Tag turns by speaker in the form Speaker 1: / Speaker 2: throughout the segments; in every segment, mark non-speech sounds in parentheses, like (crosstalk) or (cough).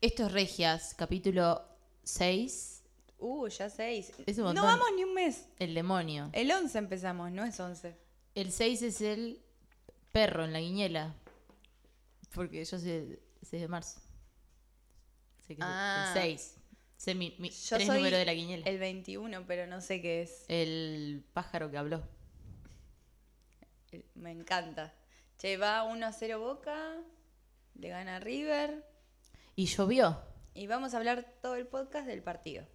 Speaker 1: Esto es Regias, capítulo 6,
Speaker 2: Uh, ya seis.
Speaker 1: Es un
Speaker 2: no
Speaker 1: montón.
Speaker 2: vamos ni un mes.
Speaker 1: el demonio.
Speaker 2: El 11 empezamos, no es 11.
Speaker 1: El 6 es el perro en la guiñela. Porque yo soy el 6 de marzo. Así que
Speaker 2: Ah.
Speaker 1: el 6. Sé mi, mi
Speaker 2: Yo
Speaker 1: tres
Speaker 2: soy
Speaker 1: número de la guiñela. El...
Speaker 2: El 21, pero no sé qué es.
Speaker 1: pájaro que habló.
Speaker 2: El- Me encanta. Che, va 1 a 0 Boca, le gana River.
Speaker 1: Y llovió.
Speaker 2: Y vamos a hablar todo el podcast del partido.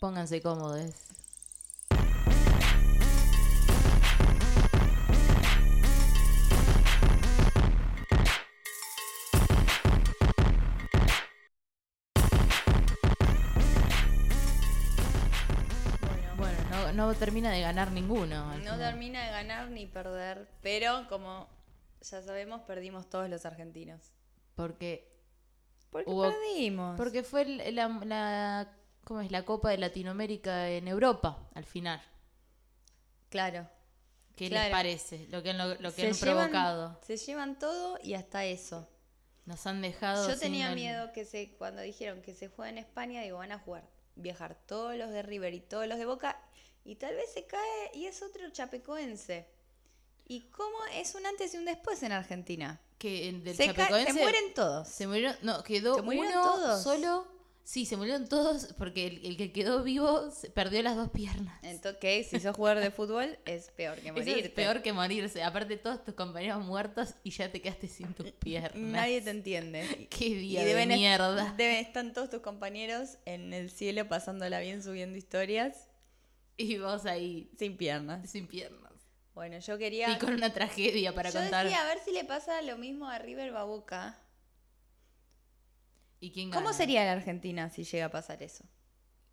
Speaker 1: Pónganse cómodos.
Speaker 2: Bueno,
Speaker 1: Bueno, no, no termina de ganar ninguno. al
Speaker 2: no
Speaker 1: final.
Speaker 2: termina de ganar ni perder, pero como ya sabemos, perdimos todos los argentinos.
Speaker 1: Porque
Speaker 2: ¿Por qué
Speaker 1: Hubo-
Speaker 2: perdimos?
Speaker 1: Porque fue el- la, la- ¿cómo es? la Copa de Latinoamérica en Europa, al final.
Speaker 2: Claro.
Speaker 1: ¿Qué les
Speaker 2: Claro.
Speaker 1: parece? Lo que, han lo, lo que han
Speaker 2: llevan-
Speaker 1: provocado.
Speaker 2: se llevan todo y hasta eso.
Speaker 1: Nos han dejado.
Speaker 2: Yo
Speaker 1: sin
Speaker 2: tenía
Speaker 1: el-
Speaker 2: miedo que se, cuando dijeron que se juega en España, digo, van a jugar, viajar todos los de River y todos los de Boca, y tal vez se cae y es otro chapecoense. ¿Y cómo es un antes y un después en Argentina?
Speaker 1: Que en- del
Speaker 2: se, ca- se
Speaker 1: Chapecoense
Speaker 2: mueren todos.
Speaker 1: se murieron- No, quedó
Speaker 2: Se murieron
Speaker 1: uno
Speaker 2: todos.
Speaker 1: solo. Sí, se murieron todos porque el, el que quedó vivo se- perdió las dos piernas.
Speaker 2: Entonces, que si sos jugador de fútbol, es peor que
Speaker 1: Eso
Speaker 2: morirte.
Speaker 1: es peor que morirse. Aparte, todos tus compañeros muertos y ya te quedaste sin
Speaker 2: (laughs)
Speaker 1: tus piernas. (laughs)
Speaker 2: Nadie te entiende.
Speaker 1: Qué día
Speaker 2: Y
Speaker 1: de
Speaker 2: deben es-
Speaker 1: mierda.
Speaker 2: deben- están todos tus compañeros en el cielo pasándola bien, subiendo historias,
Speaker 1: Y vos ahí,
Speaker 2: sin piernas.
Speaker 1: sin piernas.
Speaker 2: Bueno, yo quería...
Speaker 1: Y con una tragedia para
Speaker 2: Yo
Speaker 1: contar.
Speaker 2: decía, a ver si le pasa lo mismo a River Babuca.
Speaker 1: ¿Y quién
Speaker 2: ¿Cómo
Speaker 1: gana?
Speaker 2: sería la Argentina si llega a pasar eso?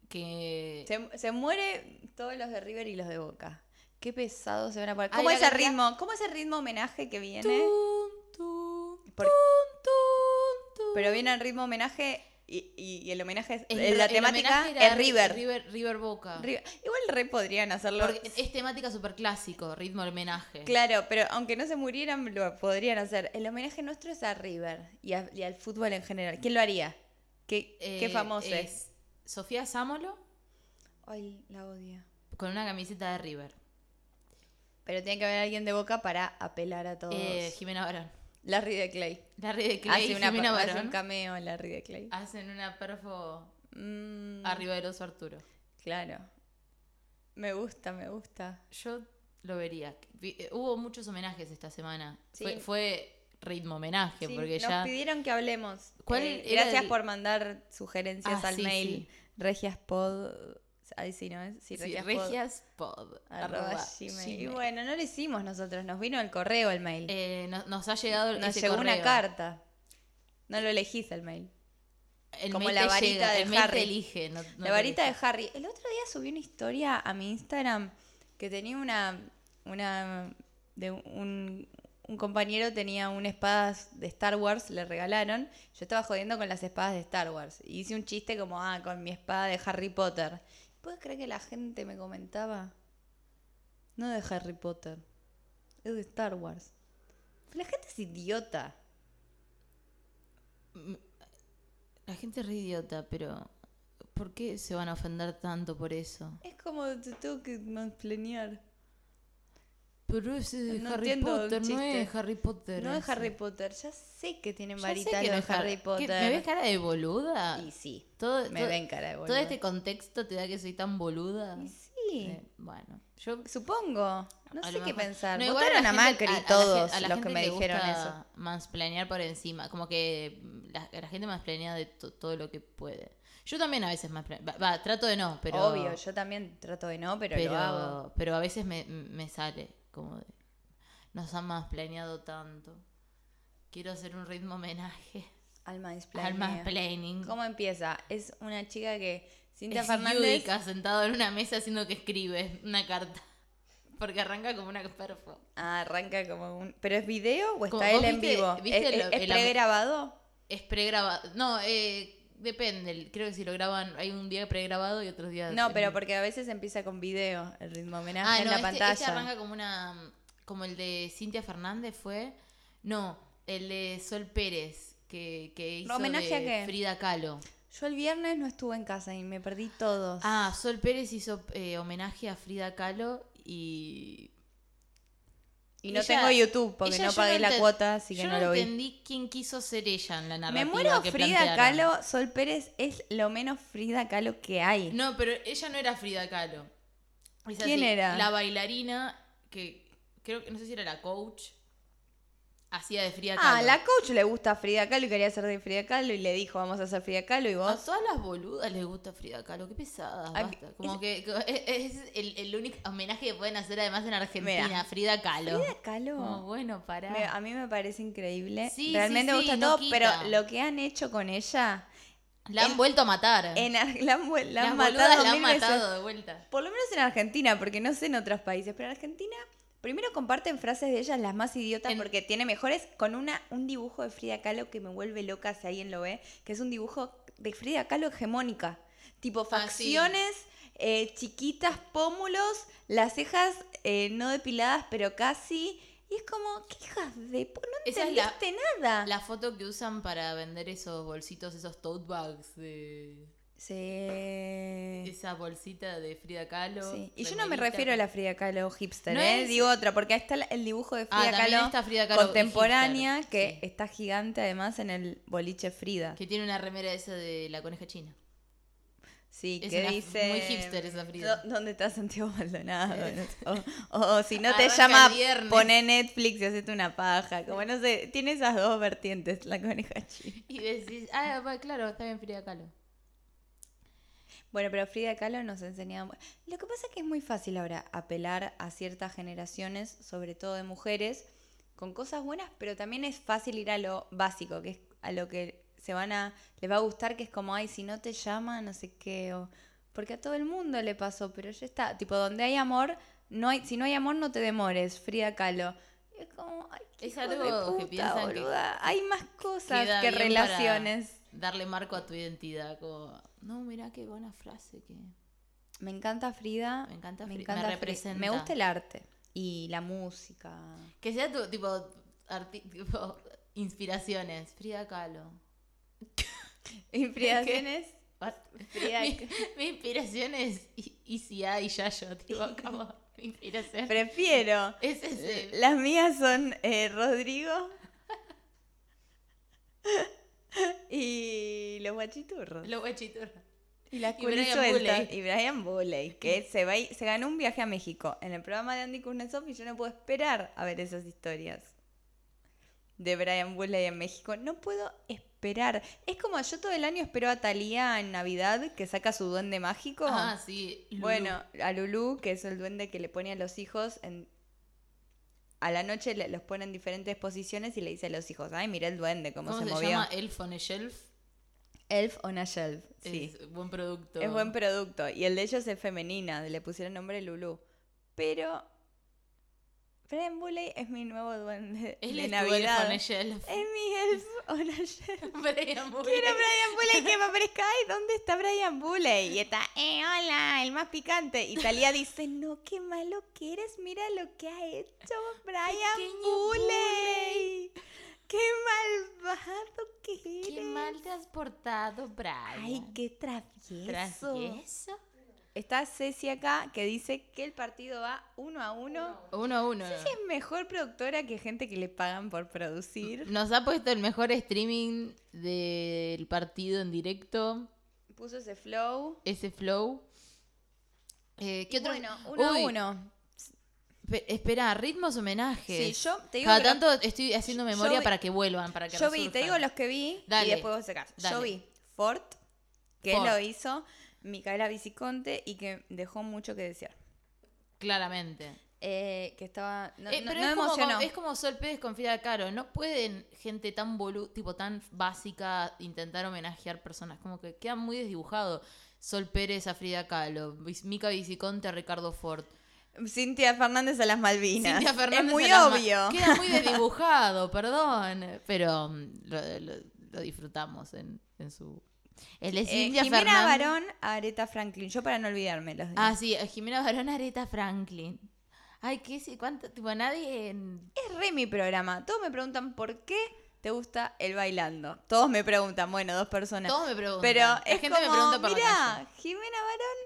Speaker 1: Que.
Speaker 2: Se, se muere todos los de River y los de Boca. Qué pesados se van a poner.
Speaker 1: Ay,
Speaker 2: ¿Cómo
Speaker 1: la
Speaker 2: es el
Speaker 1: cantidad-
Speaker 2: ritmo? ¿Cómo es el ritmo homenaje que viene?
Speaker 1: Tum, tum,
Speaker 2: Por-
Speaker 1: tum, tum, tum.
Speaker 2: Pero viene el ritmo homenaje y, y- y el homenaje es,
Speaker 1: El-
Speaker 2: es Eh, la
Speaker 1: el
Speaker 2: temática
Speaker 1: homenaje era
Speaker 2: es
Speaker 1: Ri-
Speaker 2: River.
Speaker 1: River, River Boca.
Speaker 2: River. Igual re podrían hacerlo.
Speaker 1: Porque es temática súper clásico, ritmo homenaje.
Speaker 2: Claro, pero aunque no se murieran, lo podrían hacer. El homenaje nuestro es a River y, a- y al fútbol en general. ¿Quién lo haría? ¿Qué,
Speaker 1: Eh,
Speaker 2: qué famoso es?
Speaker 1: Sofía Sámolo
Speaker 2: Ay, la odia.
Speaker 1: con una camiseta de River.
Speaker 2: Pero tiene que haber alguien de boca para apelar a todos.
Speaker 1: Eh, Jimena Barón.
Speaker 2: Larry de Clay.
Speaker 1: Larry de Clay
Speaker 2: hace,
Speaker 1: y
Speaker 2: una,
Speaker 1: Jimena
Speaker 2: hace
Speaker 1: Barón
Speaker 2: un cameo en Larry de Clay.
Speaker 1: hacen una perfo
Speaker 2: Mm,
Speaker 1: arriba del oso Arturo.
Speaker 2: Claro. Me gusta, me gusta.
Speaker 1: Yo lo vería. Vi- eh, Hubo muchos homenajes esta semana.
Speaker 2: Sí.
Speaker 1: Fue, fue ritmo homenaje,
Speaker 2: Sí,
Speaker 1: porque
Speaker 2: nos
Speaker 1: ya.
Speaker 2: pidieron que hablemos.
Speaker 1: ¿Cuál
Speaker 2: Eh,
Speaker 1: era
Speaker 2: gracias
Speaker 1: el-
Speaker 2: por mandar sugerencias
Speaker 1: Ah,
Speaker 2: al
Speaker 1: sí,
Speaker 2: mail regiaspod. Ahí sí, ¿no es? Sí,
Speaker 1: Sí,
Speaker 2: regiaspod.
Speaker 1: regias pod,
Speaker 2: arroba
Speaker 1: arroba
Speaker 2: gmail. Y
Speaker 1: gmail.
Speaker 2: bueno, no lo hicimos nosotros, nos vino el correo el mail.
Speaker 1: Eh, no- nos, ha llegado
Speaker 2: nos
Speaker 1: ese
Speaker 2: llegó una
Speaker 1: correo.
Speaker 2: carta. No lo elegís el mail.
Speaker 1: El
Speaker 2: como
Speaker 1: mail
Speaker 2: la
Speaker 1: te
Speaker 2: varita
Speaker 1: llega,
Speaker 2: de
Speaker 1: el mail te
Speaker 2: Harry.
Speaker 1: elige, no- no
Speaker 2: La
Speaker 1: te
Speaker 2: varita de
Speaker 1: elige.
Speaker 2: Harry. El otro día subí una historia a mi Instagram que tenía una. una de un, un compañero tenía una espada de Star Wars, le regalaron. Yo estaba jodiendo con las espadas de Star Wars. Y hice un chiste como, ah, con mi espada de Harry Potter. ¿Puedes creer que la gente me comentaba? No de Harry Potter, es de Star Wars. La gente es idiota.
Speaker 1: La gente es re idiota, pero ¿por qué se van a ofender tanto por eso?
Speaker 2: Es como te tengo que planear.
Speaker 1: Pero ese de
Speaker 2: No
Speaker 1: Harry
Speaker 2: entiendo el
Speaker 1: Potter, no
Speaker 2: chiste.
Speaker 1: es Harry Potter.
Speaker 2: No es
Speaker 1: ese.
Speaker 2: Harry Potter, ya sé que tienen
Speaker 1: Ya
Speaker 2: varitas
Speaker 1: sé que no
Speaker 2: los
Speaker 1: es Har-
Speaker 2: Harry
Speaker 1: ¿Qué,
Speaker 2: Potter.
Speaker 1: ¿Me ves cara de boluda?
Speaker 2: Y sí,
Speaker 1: Todo-
Speaker 2: me
Speaker 1: todo-
Speaker 2: ven cara de boludo.
Speaker 1: Todo este contexto te da que soy tan boluda.
Speaker 2: Y sí,
Speaker 1: Eh, bueno, yo
Speaker 2: supongo. No
Speaker 1: A
Speaker 2: sé
Speaker 1: lo
Speaker 2: qué
Speaker 1: mejor.
Speaker 2: pensar.
Speaker 1: No, igual
Speaker 2: Votaron a,
Speaker 1: la gente-
Speaker 2: Macri
Speaker 1: a- a la
Speaker 2: todos
Speaker 1: gen- a la
Speaker 2: los que
Speaker 1: gente
Speaker 2: me
Speaker 1: le
Speaker 2: dijeron eso.
Speaker 1: gusta Mansplanear por encima. Como que mm, la, la gente mansplaña de to- todo lo que puede. Yo también a veces mansplaño. Va, va, trato de no, pero.
Speaker 2: Obvio, yo también trato de no, pero,
Speaker 1: pero,
Speaker 2: lo hago.
Speaker 1: pero a veces me, me sale. Como de. Nos han mansplaneado tanto. Quiero hacer un ritmo homenaje
Speaker 2: Al mansplaining.
Speaker 1: al mansplaining.
Speaker 2: ¿Cómo empieza? Es una chica que... Cintia
Speaker 1: Es
Speaker 2: Fernández...
Speaker 1: Yudica sentado en una mesa haciendo que escribe una carta. Porque arranca como una perfo.
Speaker 2: Ah, arranca como un... ¿Pero es video o
Speaker 1: Como-
Speaker 2: está él
Speaker 1: ¿vos
Speaker 2: en
Speaker 1: viste-
Speaker 2: vivo?
Speaker 1: viste
Speaker 2: ¿Es,
Speaker 1: lo-
Speaker 2: es- es
Speaker 1: el-
Speaker 2: pregrabado?
Speaker 1: Es pregrabado. No, eh, depende. El- Creo que si lo graban, hay un día pregrabado y otros días.
Speaker 2: No, pero porque a veces empieza con video el ritmo homenaje
Speaker 1: Ah,
Speaker 2: en
Speaker 1: no,
Speaker 2: la
Speaker 1: este-
Speaker 2: pantalla.
Speaker 1: este arranca como una. Como el de Cintia Fernández fue. No, el de Sol Pérez. que, que hizo
Speaker 2: ¿Homenaje
Speaker 1: de
Speaker 2: a qué?
Speaker 1: Frida Kahlo.
Speaker 2: Yo el viernes no estuve en casa y me perdí todos.
Speaker 1: Ah, Sol Pérez hizo eh, homenaje a Frida Kahlo y...
Speaker 2: y no
Speaker 1: ella-
Speaker 2: tengo YouTube porque
Speaker 1: ella
Speaker 2: no
Speaker 1: yo
Speaker 2: pagué la
Speaker 1: enten-
Speaker 2: cuota, así que
Speaker 1: yo
Speaker 2: no lo vi.
Speaker 1: entendí quién quiso ser ella en la
Speaker 2: Me
Speaker 1: narrativa
Speaker 2: muero
Speaker 1: que
Speaker 2: Frida
Speaker 1: plantearon.
Speaker 2: Kahlo, Sol Pérez es lo menos Frida Kahlo que hay.
Speaker 1: No, pero ella no era Frida Kahlo. Es
Speaker 2: ¿Quién era?
Speaker 1: La bailarina que creo que no sé si era la coach. Hacía de Frida Kahlo.
Speaker 2: ah, la coach le gusta Frida Kahlo y quería ser de Frida Kahlo y le dijo, vamos a hacer Frida Kahlo y
Speaker 1: A
Speaker 2: vos.
Speaker 1: todas las boludas les gusta Frida Kahlo, qué pesada,
Speaker 2: Ay,
Speaker 1: basta. Como que co- es, es el, el único homenaje que pueden hacer además en Argentina,
Speaker 2: Mira,
Speaker 1: Frida Kahlo.
Speaker 2: Frida Kahlo.
Speaker 1: Como, bueno, pará.
Speaker 2: Me- a mí me parece increíble.
Speaker 1: Sí,
Speaker 2: Realmente
Speaker 1: sí,
Speaker 2: me
Speaker 1: sí,
Speaker 2: gusta
Speaker 1: no
Speaker 2: todo,
Speaker 1: quita.
Speaker 2: pero lo que han hecho con ella.
Speaker 1: la han
Speaker 2: en-
Speaker 1: vuelto a matar.
Speaker 2: En, Ar- la han, vuel- la
Speaker 1: las
Speaker 2: han
Speaker 1: boludas
Speaker 2: matado
Speaker 1: la han
Speaker 2: mil veces.
Speaker 1: matado de vuelta.
Speaker 2: Por lo menos en Argentina, porque no sé en otros países, pero en Argentina primero comparten frases de ellas las más idiotas
Speaker 1: En-
Speaker 2: porque tiene mejores con una un dibujo de Frida Kahlo que me vuelve loca si alguien lo ve, que es un dibujo de Frida Kahlo hegemónica, tipo
Speaker 1: Ah, sí.
Speaker 2: facciones eh, chiquitas, pómulos, las cejas eh, no depiladas pero casi y es como qué hijas de po- no
Speaker 1: Esa es la-
Speaker 2: entendiste nada.
Speaker 1: La foto que usan para vender esos bolsitos, esos tote bags de
Speaker 2: Sí.
Speaker 1: esa bolsita de Frida Kahlo.
Speaker 2: Sí. Y yo no me
Speaker 1: remerita.
Speaker 2: refiero a la Frida Kahlo hipster,
Speaker 1: No
Speaker 2: ¿eh?
Speaker 1: es-
Speaker 2: digo otra, porque ahí está la- el dibujo de
Speaker 1: Ah,
Speaker 2: Frida,
Speaker 1: también
Speaker 2: Kahlo,
Speaker 1: está Frida Kahlo
Speaker 2: contemporánea,
Speaker 1: hipster,
Speaker 2: que
Speaker 1: sí.
Speaker 2: está gigante además en el boliche Frida.
Speaker 1: Que tiene una remera esa de la coneja china.
Speaker 2: Sí,
Speaker 1: es
Speaker 2: que
Speaker 1: una-
Speaker 2: dice...
Speaker 1: muy hipster esa Frida.
Speaker 2: "¿Dó- ¿Dónde está Santiago
Speaker 1: (laughs)
Speaker 2: Maldonado? o, o si no te
Speaker 1: Arranca
Speaker 2: llama,
Speaker 1: el viernes.
Speaker 2: poné Netflix y hacete una paja. Como no sé, tiene esas dos vertientes, la coneja china.
Speaker 1: Y decís, ah, va, claro, está bien Frida Kahlo.
Speaker 2: Bueno, pero Frida Kahlo nos enseñaba... Lo que pasa es que es muy fácil ahora apelar a ciertas generaciones, sobre todo de mujeres, con cosas buenas, pero también es fácil ir a lo básico, que es a lo que se van a... Les va a gustar, que es como, ay, si no te llama, no sé qué, o... Porque a todo el mundo le pasó, pero ya está. Tipo, donde hay amor, no hay... si no hay amor, no te demores, Frida Kahlo. Y es como, ay, qué
Speaker 1: Es
Speaker 2: hijo
Speaker 1: algo
Speaker 2: de
Speaker 1: que
Speaker 2: puta,
Speaker 1: piensan que
Speaker 2: boluda. Hay más
Speaker 1: Queda
Speaker 2: cosas que
Speaker 1: bien para
Speaker 2: relaciones.
Speaker 1: Darle marco a tu identidad, como, no, mirá qué buena frase que...
Speaker 2: Me encanta Frida.
Speaker 1: Me encanta
Speaker 2: me
Speaker 1: Frida, me
Speaker 2: encanta Frida.
Speaker 1: representa.
Speaker 2: Me gusta el arte y la música.
Speaker 1: Que sea tu, tipo, arti- tipo, inspiraciones. Frida Kahlo.
Speaker 2: Inspiraciones.
Speaker 1: What?
Speaker 2: Frida-
Speaker 1: mi, (laughs) mi inspiración es I- ICA y Yayo, tipo, como, mi inspiración.
Speaker 2: (laughs) Prefiero.
Speaker 1: es ese.
Speaker 2: Las mías son eh, Rodrigo (laughs) y los guachiturros.
Speaker 1: Lo guachiturro. (laughs)
Speaker 2: Y las
Speaker 1: Y Brian
Speaker 2: culisueltas.
Speaker 1: Bulley. Mm.
Speaker 2: Y Brian Bulley, que se, va y- se ganó un viaje a México en el programa de Andy Kuznetsov y yo no puedo esperar a ver esas historias de Brian Bulley en México. No puedo esperar. Es como yo todo el año espero a Thalía en Navidad, que saca su duende mágico.
Speaker 1: Ah, sí. Lulú.
Speaker 2: Bueno, a Lulú, que es el duende que le pone a los hijos en... A la noche le- los pone en diferentes posiciones y le dice a los hijos, ay, mira el duende, cómo,
Speaker 1: ¿cómo, se,
Speaker 2: movió.
Speaker 1: llama? Elf on a Shelf.
Speaker 2: Elf on a shelf. Sí.
Speaker 1: Es buen producto.
Speaker 2: Es buen producto. Y el de ellos es femenina, le pusieron nombre Lulu. Pero. Brian Bulley es mi nuevo duende
Speaker 1: Es
Speaker 2: de
Speaker 1: el
Speaker 2: Navidad.
Speaker 1: Navidad. Elf on a Shelf. (laughs)
Speaker 2: Es mi elf on a shelf.
Speaker 1: Brian Bulley.
Speaker 2: Quiero Brian Bulley que me aparezca. Ay, ¿dónde está Brian Bulley? Y está, eh, hola, el más picante. Y Talía dice, no, qué malo que eres. Mira lo que ha hecho Brian
Speaker 1: Pequeño
Speaker 2: Bulley. Qué malvado que eres.
Speaker 1: Qué mal te has portado, Brian.
Speaker 2: Ay, qué travieso.
Speaker 1: Travieso.
Speaker 2: Está Ceci acá que dice que el partido va uno a uno.
Speaker 1: Uno a uno.
Speaker 2: Ceci es mejor productora que gente que le pagan por producir.
Speaker 1: Nos ha puesto el mejor streaming del partido en directo,
Speaker 2: Puso ese flow.
Speaker 1: ese flow. Eh, ¿Qué otro?
Speaker 2: Bueno, uno
Speaker 1: Uy,
Speaker 2: a uno.
Speaker 1: pe- Espera, ritmos homenaje.
Speaker 2: Sí, yo te digo
Speaker 1: Cada
Speaker 2: que lo-
Speaker 1: tanto estoy haciendo
Speaker 2: yo
Speaker 1: memoria
Speaker 2: vi-
Speaker 1: para que vuelvan, para que
Speaker 2: Yo vi, te
Speaker 1: resurjan.
Speaker 2: digo los que vi y
Speaker 1: Dale,
Speaker 2: después vos sacás. Yo
Speaker 1: dale.
Speaker 2: vi Ford, que
Speaker 1: Ford.
Speaker 2: lo hizo Micaela Viciconte y que dejó mucho que desear.
Speaker 1: Claramente.
Speaker 2: Eh, que estaba. No,
Speaker 1: Eh,
Speaker 2: no-
Speaker 1: pero
Speaker 2: no
Speaker 1: es,
Speaker 2: me
Speaker 1: como,
Speaker 2: emocionó.
Speaker 1: es como Sol Pérez con Frida Caro. No pueden gente tan bolu tipo tan básica intentar homenajear personas. Como que queda muy desdibujado. Sol Pérez a Frida Kahlo, Bis- Mica Viciconte a Ricardo Ford.
Speaker 2: Cintia Fernández a las Malvinas.
Speaker 1: Cintia Fernández
Speaker 2: es muy
Speaker 1: a las ma-
Speaker 2: obvio.
Speaker 1: Queda
Speaker 2: (laughs)
Speaker 1: muy desdibujado, perdón. Pero mm, lo, lo- lo disfrutamos en, en su. El de
Speaker 2: Eh,
Speaker 1: Cintia
Speaker 2: Jimena
Speaker 1: Fernández.
Speaker 2: Barón a Aretha Franklin. Yo para no olvidarme los demás.
Speaker 1: Ah, sí, Jimena Barón Areta Franklin. Ay, qué sí, cuánto. Tipo, nadie. en-
Speaker 2: Es re mi programa. Todos me preguntan por qué ¿te gusta el bailando? Todos me preguntan, bueno, dos personas.
Speaker 1: Todos me preguntan.
Speaker 2: Pero
Speaker 1: La
Speaker 2: es
Speaker 1: gente
Speaker 2: como,
Speaker 1: me pregunta por la
Speaker 2: mira,
Speaker 1: calle".
Speaker 2: Jimena Barón,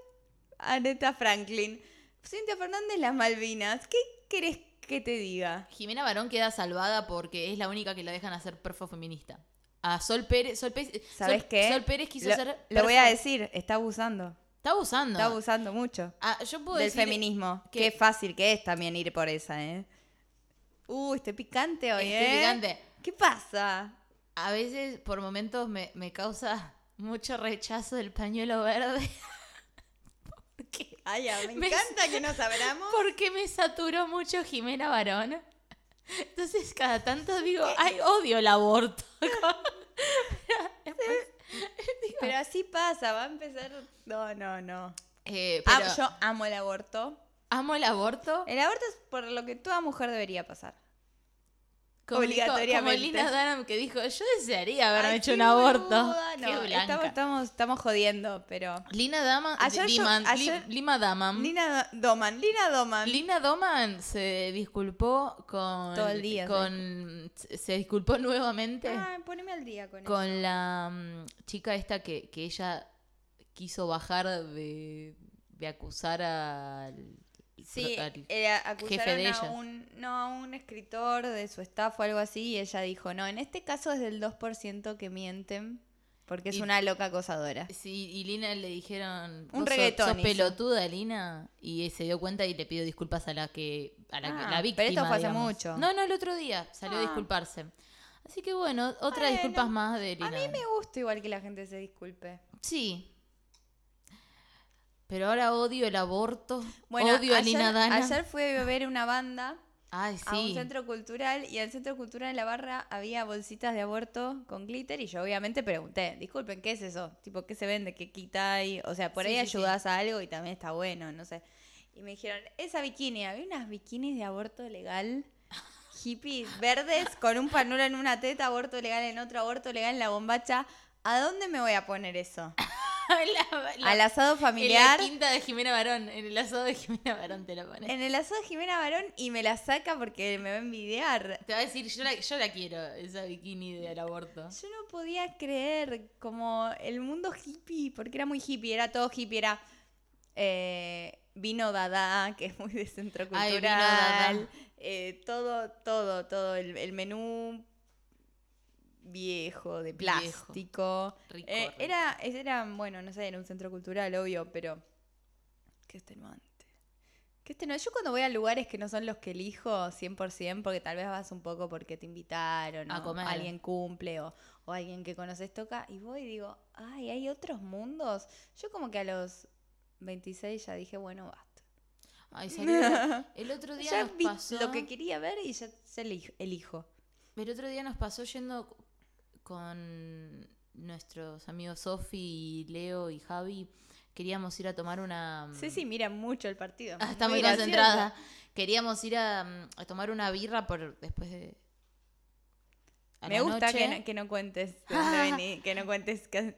Speaker 2: Aretha Franklin, Cintia Fernández, Las Malvinas. ¿Qué querés que te diga?
Speaker 1: Jimena Barón queda salvada porque es la única que la dejan hacer perfo feminista. A Sol Pérez. Sol Pérez Sol-
Speaker 2: ¿Sabes qué?
Speaker 1: Sol Pérez quiso
Speaker 2: lo,
Speaker 1: hacer.
Speaker 2: Lo
Speaker 1: perfo-
Speaker 2: voy a decir, está abusando.
Speaker 1: Está abusando.
Speaker 2: Está abusando mucho
Speaker 1: Ah, yo puedo
Speaker 2: del
Speaker 1: decir-
Speaker 2: feminismo.
Speaker 1: que-
Speaker 2: Qué fácil que es también ir por esa, ¿eh? Uh, estoy picante hoy,
Speaker 1: Estoy
Speaker 2: ¿eh?
Speaker 1: este, picante.
Speaker 2: ¿Qué pasa?
Speaker 1: A veces, por momentos, me, me causa mucho rechazo el pañuelo verde. (laughs) porque,
Speaker 2: Ay, ah, me
Speaker 1: Me-
Speaker 2: encanta
Speaker 1: (laughs)
Speaker 2: que nos abramos.
Speaker 1: porque me saturó mucho Jimena Barón. Entonces, cada tanto digo, ay, odio el aborto.
Speaker 2: Pero así pasa, va a empezar. No, no, no.
Speaker 1: Eh,
Speaker 2: Ah,
Speaker 1: pero
Speaker 2: yo amo el aborto.
Speaker 1: amo el aborto.
Speaker 2: El aborto es por lo que toda mujer debería pasar.
Speaker 1: Como dijo-
Speaker 2: Obligatoriamente.
Speaker 1: Como Lina Dunham que dijo, yo desearía haberme
Speaker 2: Ay,
Speaker 1: hecho
Speaker 2: qué
Speaker 1: un aborto.
Speaker 2: boluda. No,
Speaker 1: Qué blanca.
Speaker 2: Estamos, estamos, estamos jodiendo, pero.
Speaker 1: Lina Daman,
Speaker 2: Ayer yo-
Speaker 1: Diman- Li-
Speaker 2: ayer-
Speaker 1: Lima Daman.
Speaker 2: Lina Do- Doman, Lina Doman.
Speaker 1: Um, Lina Doman se disculpó con.
Speaker 2: Todo el día,
Speaker 1: Con, se disculpó (laughs) nuevamente
Speaker 2: Ah, poneme al día con, eso.
Speaker 1: con la mm, chica esta que, que ella quiso bajar de, de acusar al.
Speaker 2: Sí,
Speaker 1: al-
Speaker 2: eh, acusaron
Speaker 1: de
Speaker 2: a
Speaker 1: ellas.
Speaker 2: un, no, a un escritor de su staff o algo así y ella dijo, no, en este caso es del 2% que mienten porque es
Speaker 1: Y-
Speaker 2: una loca acosadora.
Speaker 1: Sí, y Lina le dijeron.
Speaker 2: Un
Speaker 1: "Vos sos-
Speaker 2: reggaetón
Speaker 1: Sos
Speaker 2: hizo.
Speaker 1: pelotuda, Lina. Y se dio cuenta y le pidió disculpas a la que. A la, que-
Speaker 2: Ah,
Speaker 1: la víctima.
Speaker 2: pero esto fue hace
Speaker 1: digamos.
Speaker 2: mucho.
Speaker 1: No, no, el otro día salió a
Speaker 2: Ah.
Speaker 1: disculparse. Así que bueno, otra
Speaker 2: Bueno,
Speaker 1: disculpas más de Lina.
Speaker 2: A mí me gusta igual que la gente se disculpe.
Speaker 1: Sí. Pero ahora odio el aborto.
Speaker 2: Bueno,
Speaker 1: odio a
Speaker 2: ayer,
Speaker 1: Lina Dana.
Speaker 2: ayer fui a ver una banda
Speaker 1: Ay, sí.
Speaker 2: a un centro cultural y al centro cultural en la barra había bolsitas de aborto con glitter y yo obviamente pregunté, disculpen, ¿qué es eso? Tipo, ¿qué se vende? ¿Qué quita ahí? O sea, por
Speaker 1: Sí,
Speaker 2: ahí
Speaker 1: sí, sí.
Speaker 2: ayudas a algo y también está bueno, no sé. Y me dijeron, esa bikini, había unas bikinis de aborto
Speaker 1: (laughs)
Speaker 2: legal, hippies verdes, con un panuelo en una teta, aborto legal en otro, aborto legal en la bombacha. ¿A dónde me voy a poner eso?
Speaker 1: (laughs) La- la-
Speaker 2: ¿Al asado familiar?
Speaker 1: En la quinta de Jimena Barón. En el asado de Jimena Barón te la pones.
Speaker 2: En el asado de Jimena Barón y me la saca porque me va a envidiar.
Speaker 1: Te va a decir, yo la, yo la quiero, esa bikini del aborto.
Speaker 2: Yo no podía creer como el mundo hippie, porque era muy hippie, era todo hippie, era eh, vino dada, que es muy de centro
Speaker 1: Ay, vino
Speaker 2: cultural,
Speaker 1: Dada.
Speaker 2: eh, todo, todo, todo, el, el menú viejo, de plástico.
Speaker 1: Rico,
Speaker 2: Eh,
Speaker 1: rico.
Speaker 2: Era, es- era, bueno, no sé, era un centro cultural, obvio, pero qué extenuante. Qué extenuante. Yo cuando voy a lugares que no son los que elijo 100%, porque tal vez vas un poco porque te invitaron,
Speaker 1: A
Speaker 2: o
Speaker 1: comer.
Speaker 2: alguien cumple, o, o alguien que conoces toca, y voy y digo, ay, hay otros mundos. Yo como que a los 26 ya dije, bueno, basta.
Speaker 1: Ay, salió- El
Speaker 2: (laughs)
Speaker 1: otro día
Speaker 2: Ya
Speaker 1: nos
Speaker 2: vi
Speaker 1: pasó.
Speaker 2: lo que quería ver y ya se elijo. elijo.
Speaker 1: El otro día nos pasó yendo con nuestros amigos Sofi, Leo y Javi. Queríamos ir a tomar una. mm,
Speaker 2: Sí, sí, mira mucho el partido.
Speaker 1: (laughs) Ah, está muy
Speaker 2: gracioso.
Speaker 1: concentrada. Queríamos ir a, mm, a tomar una birra por después de. a
Speaker 2: Me
Speaker 1: la
Speaker 2: gusta que
Speaker 1: noche.
Speaker 2: no, que no cuentes,
Speaker 1: (laughs)
Speaker 2: de dónde venís, que no cuentes que-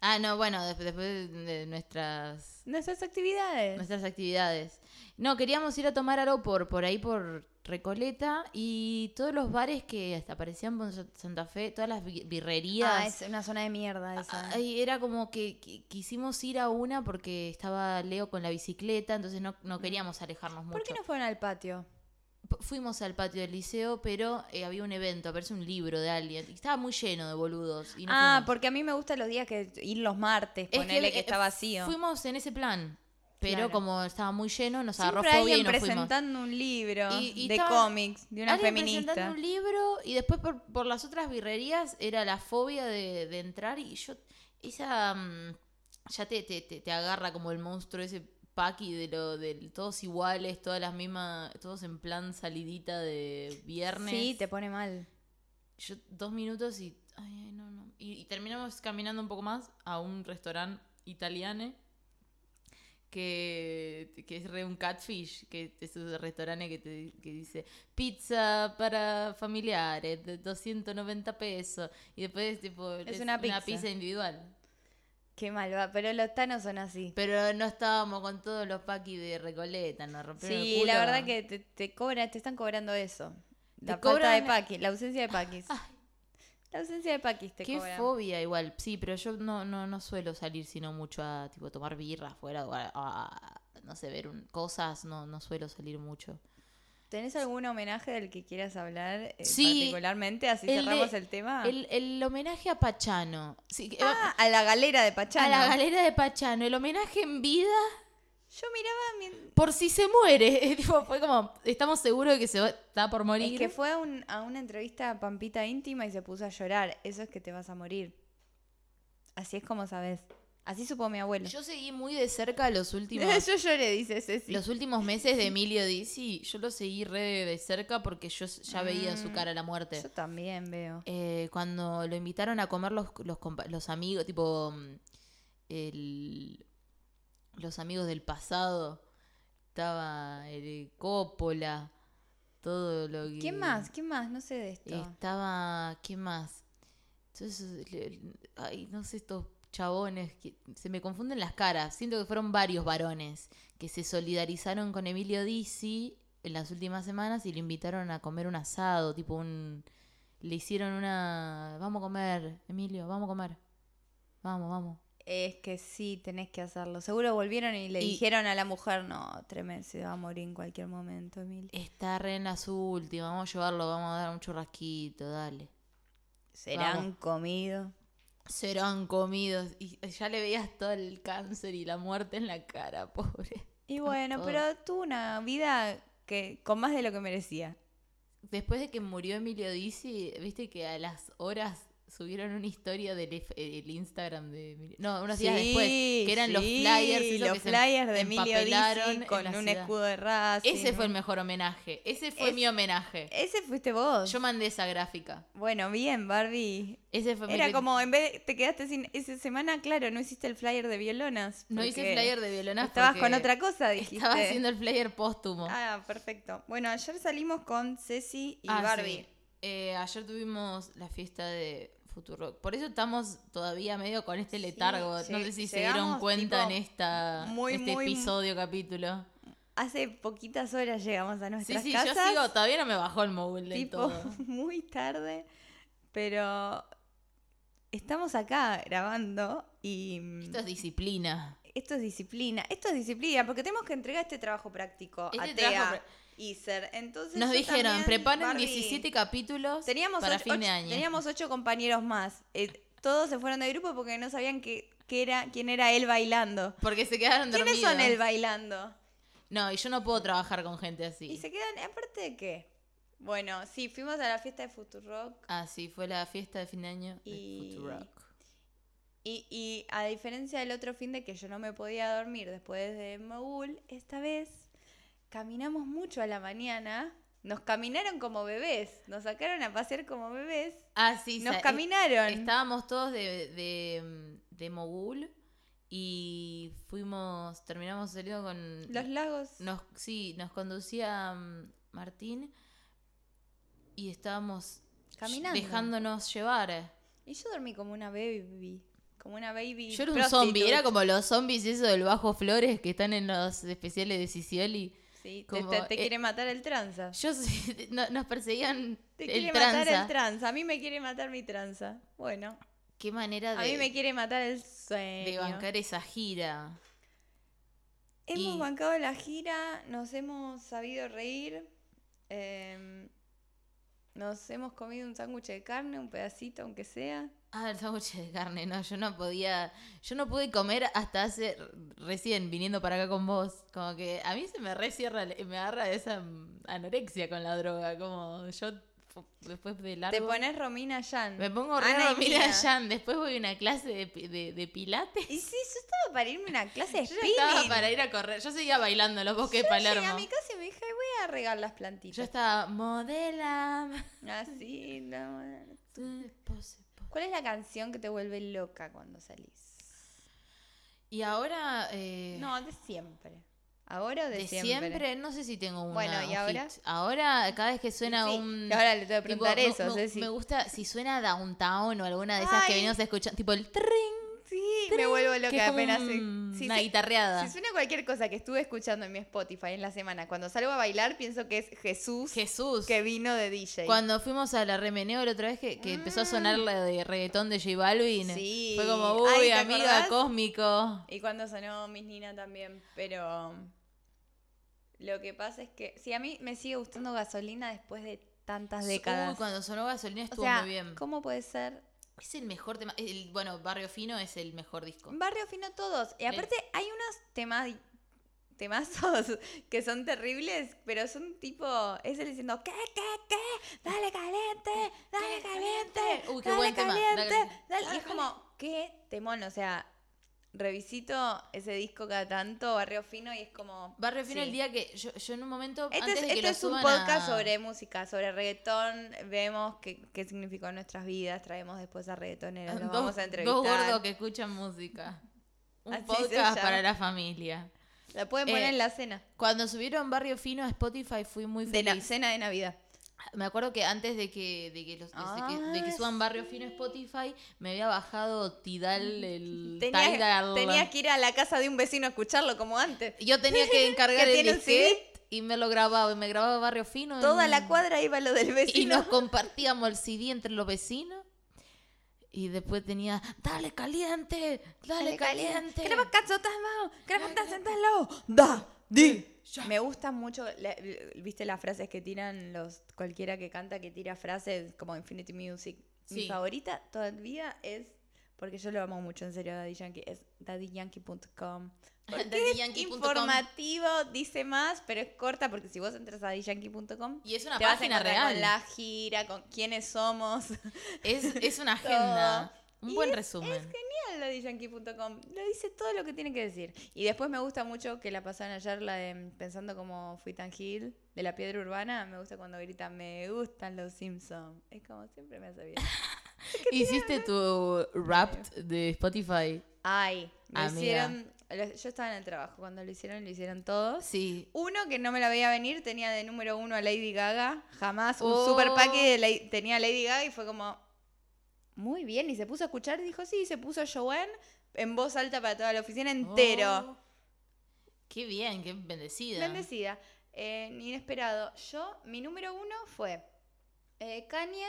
Speaker 1: Ah, no, bueno, desp- después de- de nuestras
Speaker 2: nuestras actividades.
Speaker 1: nuestras actividades. No, queríamos ir a tomar algo por, por ahí, por Recoleta, y todos los bares que hasta aparecían por Sa- Santa Fe, todas las bi- birrerías.
Speaker 2: Ah, es una zona de
Speaker 1: Ah,
Speaker 2: mierda esa.
Speaker 1: Ay, era como que qui- quisimos ir a una porque estaba Leo con la bicicleta, entonces no, no queríamos alejarnos mucho.
Speaker 2: ¿Por qué no fueron al patio?
Speaker 1: P- Fuimos al patio del liceo, pero eh, había un evento, aparece un libro de alguien. Y estaba muy lleno de boludos. Y no
Speaker 2: ah,
Speaker 1: fuimos.
Speaker 2: porque a mí me gustan los días que ir los martes,
Speaker 1: Es
Speaker 2: ponerle que,
Speaker 1: eh,
Speaker 2: está vacío.
Speaker 1: Fuimos en ese plan, pero
Speaker 2: Claro.
Speaker 1: como estaba muy lleno, nos agarró
Speaker 2: Siempre
Speaker 1: fobia y
Speaker 2: alguien
Speaker 1: nos fuimos.
Speaker 2: presentando un libro
Speaker 1: Y- y
Speaker 2: de
Speaker 1: estaba-
Speaker 2: cómics, de una
Speaker 1: Alguien
Speaker 2: feminista.
Speaker 1: presentando un libro y después por, por las otras birrerías era la fobia de, de entrar y yo, esa, mm, ya te, te, te- te agarra como el monstruo ese paqui de lo de todos iguales, todas las mismas, todos en plan salidita de viernes.
Speaker 2: Sí, te pone mal.
Speaker 1: Yo dos minutos y, ay, ay, no, no. Y, y terminamos caminando un poco más a un restaurante italiano que, que es re un catfish, que es un restaurante que, te, que dice pizza para familiares de 290 pesos y después tipo,
Speaker 2: Es una pizza.
Speaker 1: individual.
Speaker 2: Qué mal va, pero los tanos son así.
Speaker 1: Pero no estábamos con todos los paquis de Recoleta, nos rompieron el
Speaker 2: Sí,
Speaker 1: culo.
Speaker 2: la verdad que te, te cobra, te están cobrando eso.
Speaker 1: Te
Speaker 2: La falta
Speaker 1: cobran- (laughs)
Speaker 2: de paqui, la ausencia de paquis. La ausencia de paquis te
Speaker 1: Qué
Speaker 2: cobran.
Speaker 1: fobia igual, sí, pero yo no, no, no suelo salir sino mucho a tipo tomar birra afuera o a, a, no sé, ver un- cosas, no, no suelo salir mucho.
Speaker 2: ¿Tenés algún homenaje del que quieras hablar eh,
Speaker 1: Sí.
Speaker 2: particularmente? Así
Speaker 1: El de-
Speaker 2: cerramos el tema.
Speaker 1: El, el homenaje a Pachano. Sí, que-
Speaker 2: Ah, a la galera de Pachano.
Speaker 1: a la galera de Pachano, el homenaje en vida
Speaker 2: Yo miraba... mi-
Speaker 1: por si se muere. (laughs) tipo, fue como, estamos seguros de que se va- está por morir.
Speaker 2: Es que fue a, un- a una entrevista a Pampita íntima y se puso a llorar. Eso es que te vas a morir. Así es como sabes. Así supo mi abuelo. (laughs)
Speaker 1: Yo seguí muy de cerca los últimos
Speaker 2: Yo lloré, dice Ceci.
Speaker 1: Los últimos meses
Speaker 2: (laughs)
Speaker 1: de Emilio Dizzy, yo lo seguí re de, de cerca porque yo s- ya veía en su
Speaker 2: Mm.
Speaker 1: cara la muerte.
Speaker 2: Yo también veo.
Speaker 1: Eh, cuando lo invitaron a comer los, los, compa- los amigos, tipo mm, el- los amigos del pasado, estaba el Coppola, todo lo que...
Speaker 2: ¿Quién más? ¿Quién más? No sé de esto.
Speaker 1: Estaba, ¿qué más? Entonces, le- ay, no sé, estos chabones, que, se me confunden las caras. Siento que fueron varios varones que se solidarizaron con Emilio Dizzy en las últimas semanas y lo invitaron a comer un asado, tipo un... Le hicieron una... Vamos a comer, Emilio, vamos a comer. Vamos, vamos.
Speaker 2: Es que sí, tenés que hacerlo. Seguro volvieron y le
Speaker 1: Y-
Speaker 2: dijeron a la mujer, no, tremendo, se va a morir en cualquier momento, Emil.
Speaker 1: Está re en las últimas, vamos a llevarlo, vamos a dar un churrasquito, dale.
Speaker 2: Serán
Speaker 1: Vamos.
Speaker 2: comidos.
Speaker 1: Serán comidos. Y ya le veías todo el cáncer y la muerte en la cara, (laughs) pobre.
Speaker 2: Y bueno,
Speaker 1: Ah, todo.
Speaker 2: pero tuvo una vida que con más de lo que merecía.
Speaker 1: Después de que murió Emilio Dizzy, viste que a las horas subieron una historia del F- el Instagram de Emilio. No, unos días
Speaker 2: Sí,
Speaker 1: después, que eran los
Speaker 2: sí,
Speaker 1: flyers, eso
Speaker 2: los
Speaker 1: que se
Speaker 2: flyers de Emilio
Speaker 1: empapelaron
Speaker 2: Dizzy
Speaker 1: en
Speaker 2: con
Speaker 1: la
Speaker 2: un
Speaker 1: ciudad.
Speaker 2: escudo de Racing.
Speaker 1: Ese fue el
Speaker 2: un-
Speaker 1: mejor homenaje. Ese fue
Speaker 2: Ah, Es-
Speaker 1: mi homenaje.
Speaker 2: Ese fuiste vos.
Speaker 1: Yo mandé esa gráfica.
Speaker 2: Bueno, bien, Barbie.
Speaker 1: Ese fue mi
Speaker 2: Era
Speaker 1: crit-
Speaker 2: como, en vez de, te quedaste sin esa semana, claro, no hiciste el flyer de violonas.
Speaker 1: No hice
Speaker 2: porque
Speaker 1: flyer de violonaz
Speaker 2: Estabas
Speaker 1: porque
Speaker 2: con otra cosa, dijiste.
Speaker 1: Estaba haciendo el flyer póstumo.
Speaker 2: Ah, perfecto. Bueno, ayer salimos con Ceci y
Speaker 1: Ah, sí.
Speaker 2: Barbie.
Speaker 1: Eh, ayer tuvimos la fiesta de Futurock. Por eso estamos todavía medio con este
Speaker 2: Sí,
Speaker 1: letargo. no
Speaker 2: lle-
Speaker 1: sé si se
Speaker 2: llegamos,
Speaker 1: dieron cuenta
Speaker 2: tipo,
Speaker 1: en esta,
Speaker 2: muy,
Speaker 1: este
Speaker 2: muy-
Speaker 1: episodio, capítulo.
Speaker 2: Hace poquitas horas llegamos a
Speaker 1: Sí,
Speaker 2: nuestras
Speaker 1: sí,
Speaker 2: casas.
Speaker 1: yo sigo, todavía no me bajó el móvil del
Speaker 2: tipo, (laughs)
Speaker 1: todo.
Speaker 2: muy tarde. Pero estamos acá grabando y mm,
Speaker 1: Esto es disciplina.
Speaker 2: esto es disciplina. Esto es disciplina porque tenemos que entregar este trabajo práctico
Speaker 1: Este
Speaker 2: a
Speaker 1: trabajo
Speaker 2: TEA, ISER. Entonces
Speaker 1: Nos
Speaker 2: yo
Speaker 1: dijeron,
Speaker 2: también,
Speaker 1: preparen
Speaker 2: Barbie,
Speaker 1: 17 capítulos
Speaker 2: Teníamos
Speaker 1: para
Speaker 2: ocho,
Speaker 1: fin de
Speaker 2: ocho-
Speaker 1: año.
Speaker 2: teníamos ocho compañeros más. Eh, todos se fueron de grupo porque no sabían que, que era, quién era él bailando.
Speaker 1: Porque se quedaron dormidos.
Speaker 2: ¿Quiénes son él bailando?
Speaker 1: No, y yo no puedo trabajar con gente así.
Speaker 2: Y se quedan, aparte de qué. Bueno, sí, fuimos a la fiesta de Futurock
Speaker 1: Así Ah, fue la fiesta de fin de año de
Speaker 2: Y-
Speaker 1: Futurock.
Speaker 2: y, y a diferencia del otro fin de que yo no me podía dormir después de Mogul, esta vez caminamos mucho a la mañana, nos caminaron como bebés, nos sacaron a pasear como bebés,
Speaker 1: Ah, sí,
Speaker 2: nos
Speaker 1: sa- es-
Speaker 2: caminaron.
Speaker 1: Estábamos todos de, de, de Mogul y fuimos, terminamos saliendo con...
Speaker 2: Los lagos.
Speaker 1: nos, sí, nos conducía mm, Martín y estábamos ll-
Speaker 2: Caminando.
Speaker 1: dejándonos llevar. eh.
Speaker 2: Y yo dormí como una baby, como una baby.
Speaker 1: Yo era un
Speaker 2: prostitute.
Speaker 1: zombie, era como los zombies eso del Bajo Flores que están en los especiales de Sicioli.
Speaker 2: Sí, te-
Speaker 1: como,
Speaker 2: te, te
Speaker 1: eh,
Speaker 2: quiere matar el tranza.
Speaker 1: Yo, (laughs) no- nos perseguían
Speaker 2: Te
Speaker 1: el
Speaker 2: quiere
Speaker 1: tranza.
Speaker 2: matar el tranza. A mí me quiere matar mi tranza. Bueno,
Speaker 1: Qué manera de,
Speaker 2: a mí me quiere matar el sueño.
Speaker 1: de bancar esa gira.
Speaker 2: Hemos
Speaker 1: y-
Speaker 2: bancado la gira, nos hemos sabido reír. eh, nos hemos comido un sándwich de carne, un pedacito, aunque sea.
Speaker 1: Ah, el sándwich de carne, no, yo no podía, yo no pude comer hasta hace recién viniendo para acá con vos, como que a mí se me recierra, me agarra esa mm, anorexia con la droga, como yo f- después de largo
Speaker 2: Te pones Romina Yan.
Speaker 1: me pongo
Speaker 2: Ana
Speaker 1: raro,
Speaker 2: y
Speaker 1: mira
Speaker 2: Mía.
Speaker 1: (laughs) Jan, después voy a una clase de, pi- de, de pilates, (laughs)
Speaker 2: Y sí, yo estaba para irme a una clase de
Speaker 1: yo ya estaba
Speaker 2: spinning.
Speaker 1: para ir a correr, yo seguía bailando en los bosques de
Speaker 2: Yo llegué a
Speaker 1: Palermo,
Speaker 2: mi casa y me dije, "Ay, voy a regar las
Speaker 1: yo
Speaker 2: plantitas.
Speaker 1: estaba modela, (laughs)
Speaker 2: Así, no. ¿Cuál es la canción que te vuelve loca cuando salís?
Speaker 1: y ahora, eh,
Speaker 2: No, de siempre. ¿Ahora o de,
Speaker 1: De siempre. no sé si tengo una.
Speaker 2: Bueno, ¿y
Speaker 1: un hit.
Speaker 2: ahora?
Speaker 1: Ahora, cada vez que suena
Speaker 2: Sí,
Speaker 1: un.
Speaker 2: y ahora le tengo que
Speaker 1: tipo,
Speaker 2: preguntar
Speaker 1: me-
Speaker 2: eso,
Speaker 1: me,
Speaker 2: Ceci.
Speaker 1: me gusta si suena Downtown o alguna de esas que
Speaker 2: Ay.
Speaker 1: venimos escuchando. Tipo el tring.
Speaker 2: Sí, me vuelvo loca
Speaker 1: que es como
Speaker 2: apenas.
Speaker 1: un-
Speaker 2: se- si
Speaker 1: una
Speaker 2: se-
Speaker 1: guitarreada.
Speaker 2: si suena cualquier cosa que estuve escuchando en mi Spotify en la semana, cuando salgo a bailar pienso que es Jesús
Speaker 1: Jesús.
Speaker 2: que vino de DJ.
Speaker 1: Cuando fuimos a la Remeneo la otra vez que, que empezó a sonar la de reggaetón de J Balvin.
Speaker 2: Mm. Sí.
Speaker 1: Fue como,
Speaker 2: Ay,
Speaker 1: uy,
Speaker 2: ¿te
Speaker 1: amiga,
Speaker 2: acordás?
Speaker 1: cósmico.
Speaker 2: Y cuando sonó Miss Nina también, pero lo que pasa es que sí, a mí me sigue gustando gasolina después de tantas décadas.
Speaker 1: Uy, cuando sonó gasolina
Speaker 2: o
Speaker 1: estuvo
Speaker 2: sea,
Speaker 1: muy bien.
Speaker 2: ¿cómo puede ser?
Speaker 1: Es el mejor tema. el- bueno, Barrio Fino es el mejor disco.
Speaker 2: Barrio fino todos. Y aparte hay unos temas temazos (laughs) que son terribles, pero son tipo, es él diciendo, ¿qué, qué, qué? Dale caliente, dale
Speaker 1: ¿Qué,
Speaker 2: caliente,
Speaker 1: caliente? Uy, qué
Speaker 2: dale
Speaker 1: buen tema, dale
Speaker 2: caliente,
Speaker 1: caliente,
Speaker 2: dale". Y
Speaker 1: dale
Speaker 2: es como, qué temón, o sea, revisito ese disco cada tanto, Barrio Fino, y es como...
Speaker 1: Barrio Fino
Speaker 2: sí.
Speaker 1: el día que yo, yo en un momento...
Speaker 2: Este
Speaker 1: antes
Speaker 2: es,
Speaker 1: de que
Speaker 2: este
Speaker 1: lo
Speaker 2: es un
Speaker 1: suban
Speaker 2: podcast
Speaker 1: a-
Speaker 2: sobre música, sobre reggaetón. Vemos qué, qué significó en nuestras vidas. Traemos después a reggaetoneros. Los
Speaker 1: Ah, dos-
Speaker 2: vamos a entrevistar.
Speaker 1: Dos gordos que escuchan música. Un
Speaker 2: Así se
Speaker 1: podcast
Speaker 2: llama.
Speaker 1: para la familia.
Speaker 2: La pueden poner
Speaker 1: Eh,
Speaker 2: en la cena.
Speaker 1: Cuando subieron Barrio Fino a Spotify fui muy
Speaker 2: De la
Speaker 1: feliz.
Speaker 2: cena de Navidad.
Speaker 1: Me acuerdo que antes de que, de que, los, de que- de que
Speaker 2: Ah,
Speaker 1: suban Barrio Fino a Spotify, me había bajado Tidal, el
Speaker 2: Tenías,
Speaker 1: Tidal.
Speaker 2: tenías que ir a la casa de un vecino a escucharlo como antes.
Speaker 1: Yo tenía
Speaker 2: (laughs)
Speaker 1: que encargar
Speaker 2: Que
Speaker 1: el
Speaker 2: tiene un
Speaker 1: disquete y me lo grababa. Y me grababa Barrio Fino. en-
Speaker 2: Toda la cuadra iba a lo del
Speaker 1: Y
Speaker 2: vecino.
Speaker 1: nos compartíamos el CD entre los vecinos. Y después tenía, dale caliente, dale, caliente.
Speaker 2: Crema calzotas, mao. Crema calzotas, lao. Da, di. Me gusta mucho, la- viste las frases que tiran los cualquiera que canta que tira frases como Infinity Music. Mi
Speaker 1: Sí.
Speaker 2: favorita todavía es porque yo lo amo mucho en serio Daddy Yankee es daddyyankee.com. Porque es
Speaker 1: DaddyYankee punto com.
Speaker 2: informativo, dice más, pero es corta porque si vos entras a daddyyankee.com
Speaker 1: Y es una
Speaker 2: te vas a
Speaker 1: página
Speaker 2: encontrar
Speaker 1: real.
Speaker 2: con la gira, con quiénes somos.
Speaker 1: Es, es
Speaker 2: (laughs)
Speaker 1: una agenda. Un
Speaker 2: Y
Speaker 1: buen
Speaker 2: es-
Speaker 1: resumen.
Speaker 2: genial lo de yankee.com. Lo dice todo lo que tiene que decir. Y después me gusta mucho que la pasaron ayer, la de mm, Pensando como fui tan gil, de la piedra urbana. Me gusta cuando gritan, me gustan los Simpsons. Es como siempre me hace bien.
Speaker 1: Hiciste tu rap de Spotify.
Speaker 2: Ay, me
Speaker 1: Amiga.
Speaker 2: hicieron. lo- Yo estaba en el trabajo. Cuando lo hicieron, lo hicieron todos.
Speaker 1: Sí.
Speaker 2: Uno que no me la veía venir tenía de número uno a Lady Gaga. Jamás un
Speaker 1: Oh.
Speaker 2: super paque de la- tenía a Lady Gaga y fue como. Muy bien. Y se puso a escuchar y dijo, sí, y se puso Joanne en voz alta para toda la oficina entero.
Speaker 1: Oh. Qué bien, qué bendecida.
Speaker 2: Bendecida. Eh, inesperado. Yo, mi número uno fue eh, Kanye,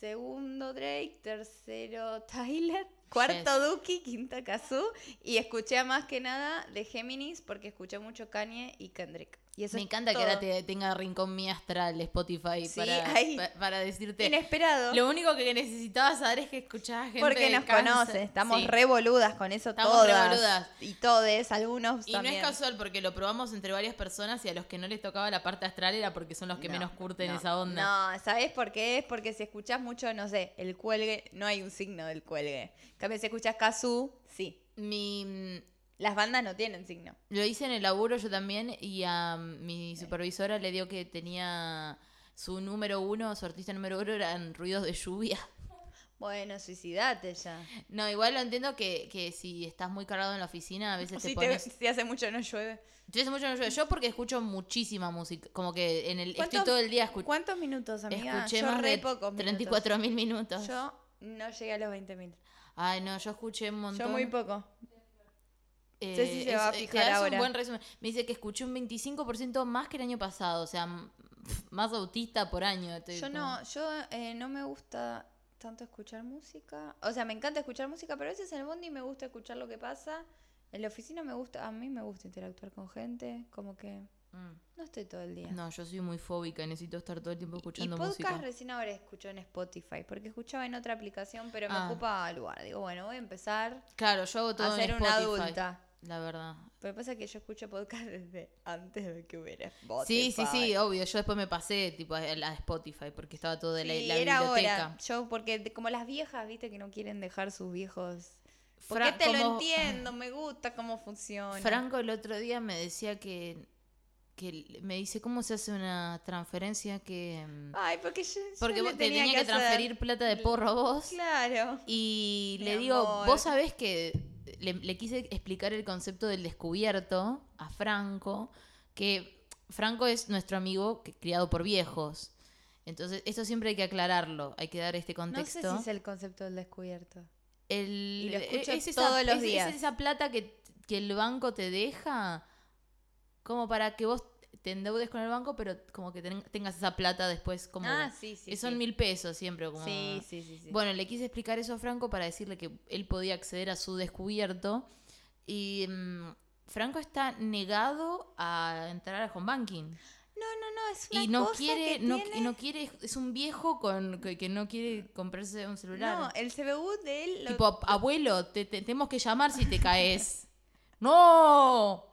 Speaker 2: segundo Drake, tercero Tyler, cuarto Duki, quinta Kazoo. Y escuché a más que nada de Géminis porque escuché mucho Kanye y Kendrick. Y eso
Speaker 1: Me
Speaker 2: es
Speaker 1: encanta que
Speaker 2: todo.
Speaker 1: ahora te tenga rincón mi astral Spotify
Speaker 2: Sí,
Speaker 1: para,
Speaker 2: ahí.
Speaker 1: pa- para decirte.
Speaker 2: Inesperado.
Speaker 1: Lo único que necesitabas saber es que escuchabas gente de
Speaker 2: porque nos
Speaker 1: cáncer.
Speaker 2: conocen, estamos
Speaker 1: Sí.
Speaker 2: revoludas con eso
Speaker 1: Estamos re
Speaker 2: todas.
Speaker 1: boludas.
Speaker 2: Y todes, algunos
Speaker 1: Y no
Speaker 2: también.
Speaker 1: es casual porque lo probamos entre varias personas y a los que no les tocaba la parte astral era porque son los que
Speaker 2: No,
Speaker 1: menos curten
Speaker 2: no,
Speaker 1: esa onda.
Speaker 2: No, ¿sabes por qué? Es porque si escuchás mucho, no sé, el cuelgue, no hay un signo del cuelgue. En cambio, si escuchás Kazoo, sí.
Speaker 1: Mi
Speaker 2: Las bandas no tienen signo.
Speaker 1: Lo hice en el laburo yo también y a mi supervisora le dio que tenía su número uno, su artista número uno eran ruidos de lluvia. (laughs)
Speaker 2: Bueno, suicidate ya.
Speaker 1: No, igual lo entiendo que, que si estás muy cargado en la oficina a
Speaker 2: (laughs)
Speaker 1: veces te
Speaker 2: Si, te-
Speaker 1: pones...
Speaker 2: si hace mucho no llueve.
Speaker 1: Yo hace mucho no llueve. Yo porque escucho muchísima música, como que en el estoy
Speaker 2: ¿Cuántos-
Speaker 1: todo el día escuchando.
Speaker 2: ¿Cuántos minutos, amiga?
Speaker 1: Escuché
Speaker 2: Yo
Speaker 1: más
Speaker 2: re
Speaker 1: de
Speaker 2: pocos minutos.
Speaker 1: 34 mil minutos.
Speaker 2: Yo no llegué a los 20.000.
Speaker 1: Ay, no, yo escuché un montón.
Speaker 2: Yo muy poco.
Speaker 1: Eh,
Speaker 2: Sé si se va a
Speaker 1: eh,
Speaker 2: fijar
Speaker 1: te hace
Speaker 2: ahora.
Speaker 1: un buen resumen. Me dice que escuché un 25% más que el año pasado, o sea, m- más autista por año. Estoy
Speaker 2: Yo
Speaker 1: como-
Speaker 2: no, yo eh, no me gusta tanto escuchar música. O sea, me encanta escuchar música, pero a veces en el bondi me gusta escuchar lo que pasa. En la oficina me gusta, a mí me gusta interactuar con gente, como que
Speaker 1: Mm.
Speaker 2: no estoy todo el día.
Speaker 1: No, yo soy muy fóbica, necesito estar todo el tiempo
Speaker 2: Y
Speaker 1: escuchando
Speaker 2: podcast
Speaker 1: música.
Speaker 2: recién ahora escucho en Spotify, porque escuchaba en otra aplicación, pero me
Speaker 1: Ah.
Speaker 2: ocupa lugar. Digo, bueno, voy a empezar
Speaker 1: Claro, yo hago todo en
Speaker 2: a ser una
Speaker 1: Spotify,
Speaker 2: adulta.
Speaker 1: La verdad.
Speaker 2: Pero pasa que yo escucho podcast desde antes de que hubiera
Speaker 1: Sí,
Speaker 2: Spotify.
Speaker 1: sí, sí, obvio. Yo después me pasé tipo a a Spotify porque estaba todo de la,
Speaker 2: Sí,
Speaker 1: la
Speaker 2: era
Speaker 1: biblioteca.
Speaker 2: hora. Yo, porque de- como las viejas, viste, que no quieren dejar sus viejos. Porque
Speaker 1: Fra-
Speaker 2: te lo
Speaker 1: como-
Speaker 2: entiendo, me gusta cómo funciona.
Speaker 1: Franco el otro día me decía que, que me dice cómo se hace una transferencia que mm,
Speaker 2: Ay, porque yo, Ah, yo
Speaker 1: porque
Speaker 2: le
Speaker 1: vos- te tenía que,
Speaker 2: hacer-
Speaker 1: transferir plata de porro a vos.
Speaker 2: Claro.
Speaker 1: Y
Speaker 2: Mi
Speaker 1: le digo,
Speaker 2: amor.
Speaker 1: vos sabés que le, le quise explicar el concepto del descubierto a Franco, que Franco es nuestro amigo que- criado por viejos. Entonces, esto siempre hay que aclararlo, hay que dar este
Speaker 2: No sé
Speaker 1: contexto.
Speaker 2: si es el concepto del descubierto.
Speaker 1: El, eh,
Speaker 2: Y lo escucho
Speaker 1: es
Speaker 2: todos los
Speaker 1: es- es
Speaker 2: días.
Speaker 1: esa plata que, que el banco te deja como para que vos te endeudes con el banco, pero como que ten- tengas esa plata después como...
Speaker 2: Ah, sí, sí.
Speaker 1: que son
Speaker 2: sí.
Speaker 1: mil pesos siempre. Como...
Speaker 2: Sí, sí, sí. sí.
Speaker 1: Bueno, le quise explicar eso a Franco para decirle que él podía acceder a su descubierto. Y mm, Franco está negado a entrar al home banking.
Speaker 2: no, no, no, es una
Speaker 1: Y no
Speaker 2: cosa
Speaker 1: quiere,
Speaker 2: que
Speaker 1: no,
Speaker 2: tiene-
Speaker 1: y no quiere, es un viejo con que, que no quiere comprarse un
Speaker 2: No,
Speaker 1: celular.
Speaker 2: el CBU de él lo-
Speaker 1: tipo, "Ab- abuelo, te, te- tenemos que llamar si te
Speaker 2: (laughs)
Speaker 1: caes. ¡No!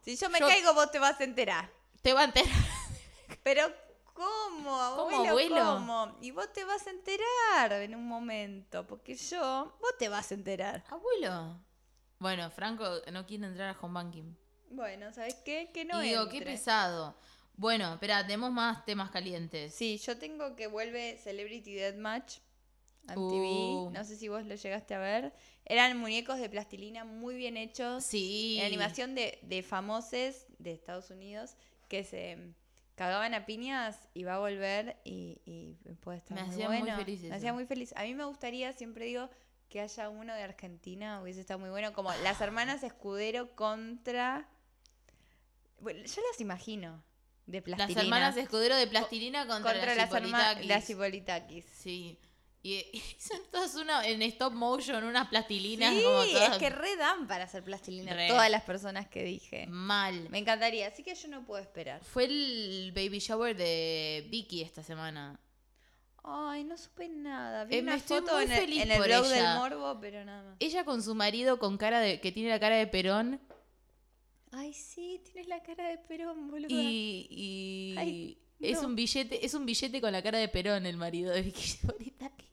Speaker 2: si yo me
Speaker 1: yo-
Speaker 2: caigo vos te vas a enterar.
Speaker 1: Te va a enterar.
Speaker 2: Pero ¿cómo, abuelo? ¿Cómo,
Speaker 1: abuelo?
Speaker 2: Y vos te vas a enterar en un momento, porque yo, vos te vas a enterar.
Speaker 1: Abuelo. Bueno, Franco no quiere entrar al home banking.
Speaker 2: Bueno, ¿sabes qué? Que no
Speaker 1: y digo, qué
Speaker 2: entre.
Speaker 1: pesado. Bueno, espera, tenemos más temas calientes.
Speaker 2: Sí, yo tengo que vuelve Celebrity Deathmatch a MTV.
Speaker 1: Uh.
Speaker 2: No sé si vos lo llegaste a ver. Eran muñecos de plastilina muy bien hechos.
Speaker 1: Sí.
Speaker 2: En animación de, de famosos de Estados Unidos que se em, cagaban a piñas y va a volver y, y puede estar
Speaker 1: Me
Speaker 2: muy
Speaker 1: hacía muy
Speaker 2: bueno.
Speaker 1: feliz
Speaker 2: Me
Speaker 1: eso.
Speaker 2: hacía muy feliz. A mí me gustaría, siempre digo, que haya uno de Argentina, hubiese estado muy bueno, como las hermanas Escudero contra... Bueno, yo las imagino, de
Speaker 1: Las
Speaker 2: plastilina.
Speaker 1: hermanas escudero de plastilina contra,
Speaker 2: contra
Speaker 1: las
Speaker 2: las hermanas...
Speaker 1: Hipolitakis.
Speaker 2: Las Hipolitakis.
Speaker 1: Sí. Y, (laughs) y son todas una, en stop motion, unas plastilinas
Speaker 2: Sí,
Speaker 1: como todas
Speaker 2: es que re dan para hacer plastilina
Speaker 1: Re.
Speaker 2: todas las personas que dije.
Speaker 1: mal.
Speaker 2: Me encantaría, así que yo no puedo esperar.
Speaker 1: Fue el baby shower de Vicky esta semana.
Speaker 2: Ay, no supe nada. Vi
Speaker 1: Eh, me
Speaker 2: una
Speaker 1: estoy
Speaker 2: foto
Speaker 1: muy
Speaker 2: en el,
Speaker 1: feliz
Speaker 2: en el
Speaker 1: por
Speaker 2: blog
Speaker 1: ella.
Speaker 2: del Morbo, pero nada más.
Speaker 1: Ella con su marido con cara de que tiene la cara de Perón
Speaker 2: Ay, sí, tienes la cara de Perón, boludo.
Speaker 1: y, y
Speaker 2: Ay,
Speaker 1: es
Speaker 2: no.
Speaker 1: un billete, es un billete con la cara de Perón el marido de Vicky (laughs) Hipolitakis.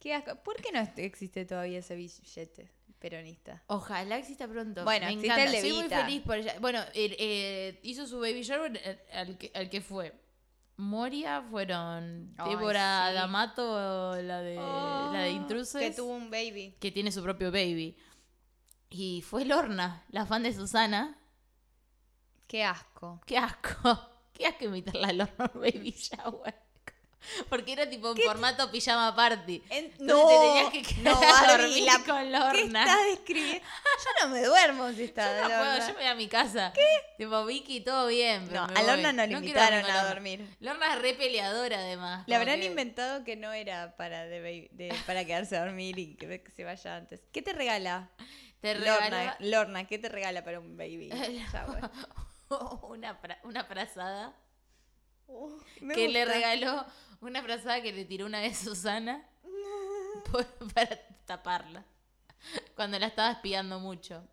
Speaker 2: Qué asco. ¿Por qué no est- existe todavía ese billete peronista?
Speaker 1: Ojalá exista pronto.
Speaker 2: Bueno,
Speaker 1: me
Speaker 2: existe
Speaker 1: encanta.
Speaker 2: el de
Speaker 1: Soy muy
Speaker 2: Vita.
Speaker 1: feliz por ella. Bueno, eh, eh, hizo su baby shower eh, al que, al que fue. Moria fueron
Speaker 2: Ay,
Speaker 1: Débora
Speaker 2: sí.
Speaker 1: D'Amato, la de, Eh, la de
Speaker 2: Oh,
Speaker 1: Intrusos,
Speaker 2: Que tuvo un baby.
Speaker 1: que tiene su propio baby. Y fue Lorna, la fan de Susana.
Speaker 2: Qué asco.
Speaker 1: Qué asco. (laughs) Qué asco imitarla a Lorna en un baby shower. (laughs) Porque era tipo en formato pijama party.
Speaker 2: En-
Speaker 1: Entonces te tenías que quedar a
Speaker 2: Eh, Barbie,
Speaker 1: dormir
Speaker 2: la-
Speaker 1: con
Speaker 2: ¿Qué
Speaker 1: Lorna.
Speaker 2: estás describiendo? Yo no me duermo si
Speaker 1: (laughs)
Speaker 2: está
Speaker 1: Yo no puedo,
Speaker 2: Lorna.
Speaker 1: yo me voy a mi casa. ¿Qué? Tipo, Vicky, todo bien. pero
Speaker 2: No,
Speaker 1: me
Speaker 2: a Lorna
Speaker 1: voy.
Speaker 2: no le
Speaker 1: quiero
Speaker 2: invitaron
Speaker 1: dormir con
Speaker 2: a
Speaker 1: Lorna.
Speaker 2: dormir.
Speaker 1: Lorna es re peleadora, además.
Speaker 2: Le
Speaker 1: como
Speaker 2: habrán
Speaker 1: que-
Speaker 2: inventado que no era para, de baby- de- para quedarse a dormir y que, que se vaya antes. ¿Qué te regala?
Speaker 1: Te
Speaker 2: Lorna,
Speaker 1: regala
Speaker 2: Lorna, ¿qué te regala para un baby?
Speaker 1: (laughs)
Speaker 2: shower?
Speaker 1: una, fra- una frazada.
Speaker 2: Uh, me
Speaker 1: que le
Speaker 2: gusta.
Speaker 1: regaló una frazada que le tiró una vez
Speaker 2: (laughs)
Speaker 1: Susana por- para taparla. Cuando la estaba espiando mucho.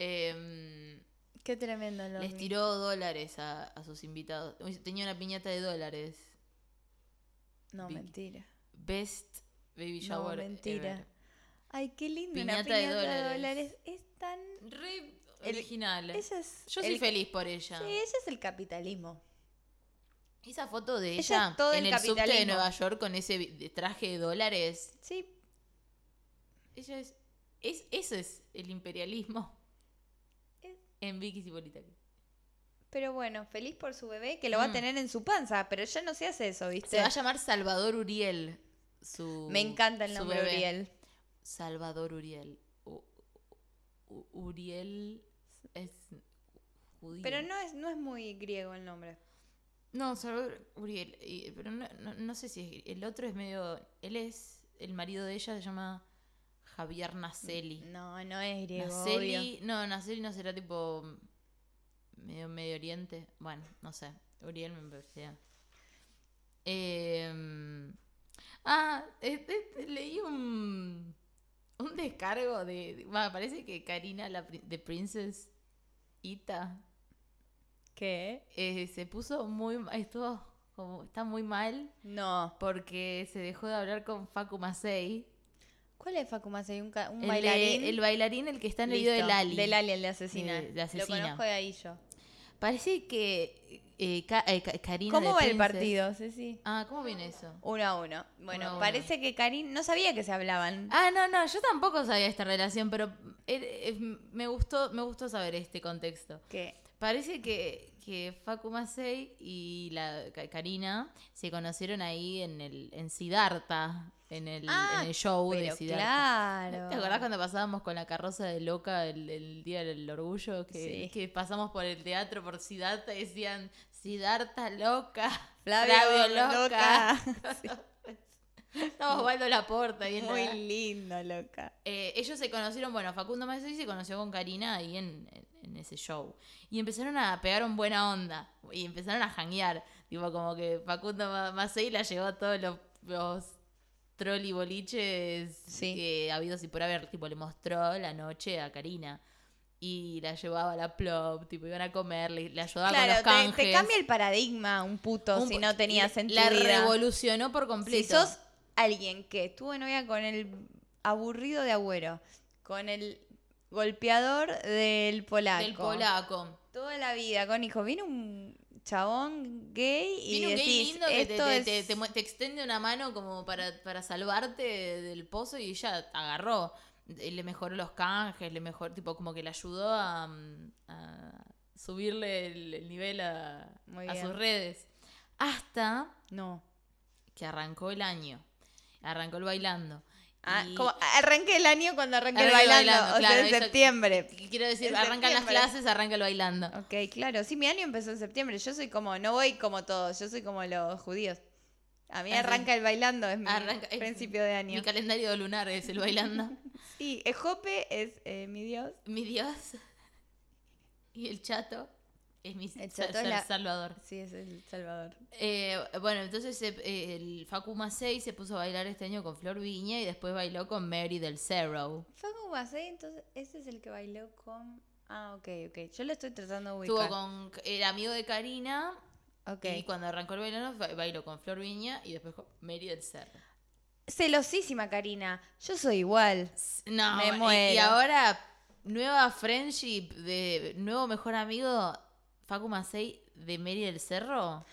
Speaker 1: Em,
Speaker 2: Qué tremendo, Lorna.
Speaker 1: les tiró dólares a, a sus invitados. Uy, Tenía una piñata de dólares.
Speaker 2: No,
Speaker 1: Vicky.
Speaker 2: mentira.
Speaker 1: Best baby
Speaker 2: No,
Speaker 1: shower.
Speaker 2: mentira.
Speaker 1: ever.
Speaker 2: Ay, qué lindo.
Speaker 1: Piñata
Speaker 2: una
Speaker 1: de
Speaker 2: piñata de dólares.
Speaker 1: dólares.
Speaker 2: Es tan...
Speaker 1: Re
Speaker 2: El-
Speaker 1: original.
Speaker 2: Ella es...
Speaker 1: Yo soy
Speaker 2: el-
Speaker 1: feliz por ella.
Speaker 2: Sí, ella es el capitalismo.
Speaker 1: Esa foto de
Speaker 2: Ella es
Speaker 1: ella,
Speaker 2: todo
Speaker 1: en
Speaker 2: el
Speaker 1: el subte de
Speaker 2: capitalismo.
Speaker 1: Nueva York con ese vi- de traje de dólares.
Speaker 2: Sí.
Speaker 1: Ella es, es eso es el imperialismo. En Vicky Zipolitaki.
Speaker 2: Pero bueno, feliz por su bebé que lo va a
Speaker 1: Mm.
Speaker 2: tener en su panza, pero ya no se hace eso,
Speaker 1: Se
Speaker 2: ¿viste?
Speaker 1: va a llamar Salvador Uriel. Su,
Speaker 2: Me encanta el
Speaker 1: su
Speaker 2: nombre
Speaker 1: bebé.
Speaker 2: Uriel.
Speaker 1: Salvador Uriel. U- U- Uriel es judío.
Speaker 2: Pero no es, no es muy griego el nombre.
Speaker 1: No, Salvador Uriel. y- pero no, no- no sé si es. El otro es medio. Él es. El marido de ella se llama Javier Nacelli.
Speaker 2: No, no es griego. obvio.
Speaker 1: Naceli. No, Naceli no será tipo. medio Medio Oriente. Bueno, no sé. Uriel me parecía. Eh, ah, este- este, leí un. Un descargo de. de- va, parece que Karina, la pri- de Princess Ita,
Speaker 2: ¿Qué?
Speaker 1: eh, se puso muy. ma- Estuvo como. Está muy mal
Speaker 2: No.
Speaker 1: porque se dejó de hablar con Facu Macei.
Speaker 2: ¿Cuál es Facu Macei? ¿Un, ca- un
Speaker 1: El,
Speaker 2: bailarín?
Speaker 1: de- el bailarín, el que está en el video de
Speaker 2: Listo,
Speaker 1: Lali.
Speaker 2: Del Ali, el de asesina.
Speaker 1: De- de asesina.
Speaker 2: Lo conozco de ahí yo.
Speaker 1: Parece que eh, Ka- eh, Ka- Karina.
Speaker 2: ¿Cómo
Speaker 1: de
Speaker 2: va el
Speaker 1: Princess-
Speaker 2: partido, Ceci?
Speaker 1: Ah, ¿cómo viene eso?
Speaker 2: Uno a uno. Bueno,
Speaker 1: Uno a uno.
Speaker 2: parece que Karin... No sabía que se hablaban.
Speaker 1: Ah, no, no, yo tampoco sabía esta relación, pero eh, eh, me gustó, me gustó saber este contexto.
Speaker 2: ¿Qué?
Speaker 1: Parece que, que Facu Macei y la Ka- Karina se conocieron ahí en el en Siddhartha, en el,
Speaker 2: Ah,
Speaker 1: en el show de
Speaker 2: Pero
Speaker 1: Siddhartha.
Speaker 2: claro.
Speaker 1: ¿Te acordás cuando pasábamos con la carroza de loca el, el día del orgullo? Que,
Speaker 2: Sí.
Speaker 1: que pasamos por el teatro por Siddhartha y decían, Siddhartha loca,
Speaker 2: Flavio, loca.
Speaker 1: Estamos jugando la puerta. bien
Speaker 2: Muy
Speaker 1: nada.
Speaker 2: lindo, loca.
Speaker 1: Mm. Eh, ellos se conocieron, bueno, Facundo Maestri se conoció con Karina ahí en, en- en ese show. Y empezaron a pegar un buena onda. Y empezaron a janguear. Tipo, como que Facundo Ma- Macei la llevó a todos los, los troll y boliches
Speaker 2: Sí.
Speaker 1: eh, habidos y por haber. Tipo, le mostró la noche a Karina. Y la llevaba a la plop. Tipo, iban a comer, le, le ayudaba
Speaker 2: Claro,
Speaker 1: con los
Speaker 2: te-
Speaker 1: canjes.
Speaker 2: te, cambia el paradigma un puto
Speaker 1: Un-
Speaker 2: si no tenías en tu
Speaker 1: La
Speaker 2: vida.
Speaker 1: revolucionó por completo.
Speaker 2: Si sos alguien que estuvo en novia con el aburrido de agüero, con el golpeador del polaco,
Speaker 1: del polaco.
Speaker 2: toda la vida con hijo, viene un chabón gay y
Speaker 1: Tiene un gay
Speaker 2: decís,
Speaker 1: lindo que te,
Speaker 2: esto
Speaker 1: te-
Speaker 2: es...
Speaker 1: te- te mu- te extiende una mano como para, para salvarte del pozo y ya agarró. Eh, Le mejoró los canjes, le mejoró, tipo, como que le ayudó a, mm, a subirle el, el nivel a,
Speaker 2: Muy
Speaker 1: a
Speaker 2: bien.
Speaker 1: sus redes. Hasta
Speaker 2: No.
Speaker 1: que arrancó el año. Arrancó el bailando.
Speaker 2: Ah,
Speaker 1: Y-
Speaker 2: como arranqué el año cuando arranqué el
Speaker 1: Arranqué el
Speaker 2: bailando,
Speaker 1: bailando,
Speaker 2: o
Speaker 1: claro,
Speaker 2: sea, en
Speaker 1: eso-
Speaker 2: septiembre.
Speaker 1: y Quiero decir,
Speaker 2: en
Speaker 1: arrancan las
Speaker 2: septiembre.
Speaker 1: clases, arranca el bailando.
Speaker 2: Ok, claro. Sí, mi año empezó en septiembre. Yo soy como, no voy como todos, yo soy como los judíos. A mí
Speaker 1: Arranca-
Speaker 2: arranca el bailando, es mi
Speaker 1: Ah, Arranca- es
Speaker 2: principio de año.
Speaker 1: Mi calendario lunar es el bailando.
Speaker 2: (laughs) Sí, eh, Jope es eh, mi dios.
Speaker 1: Mi Dios. (laughs) Y el chato es mi
Speaker 2: El
Speaker 1: sa-
Speaker 2: chato es
Speaker 1: sa-
Speaker 2: la-
Speaker 1: salvador.
Speaker 2: Sí, es el Salvador.
Speaker 1: Eh, bueno, entonces se- eh, el Facu Macei se puso a bailar este año con Flor Viña y después bailó con Mary del Cerro.
Speaker 2: Facu Basé, entonces, ese es el que bailó con... Ah, ok, ok. Yo lo estoy tratando de ubicar.
Speaker 1: Estuvo con el amigo de Karina
Speaker 2: Ok.
Speaker 1: y cuando arrancó el bailano ba- bailó con Flor Viña y después con Mary del Cerro.
Speaker 2: Celosísima, Karina. Yo soy igual.
Speaker 1: No,
Speaker 2: Me
Speaker 1: y- Y,
Speaker 2: muero.
Speaker 1: ahora, nueva friendship de nuevo mejor amigo Facu Macei de Mary del Cerro.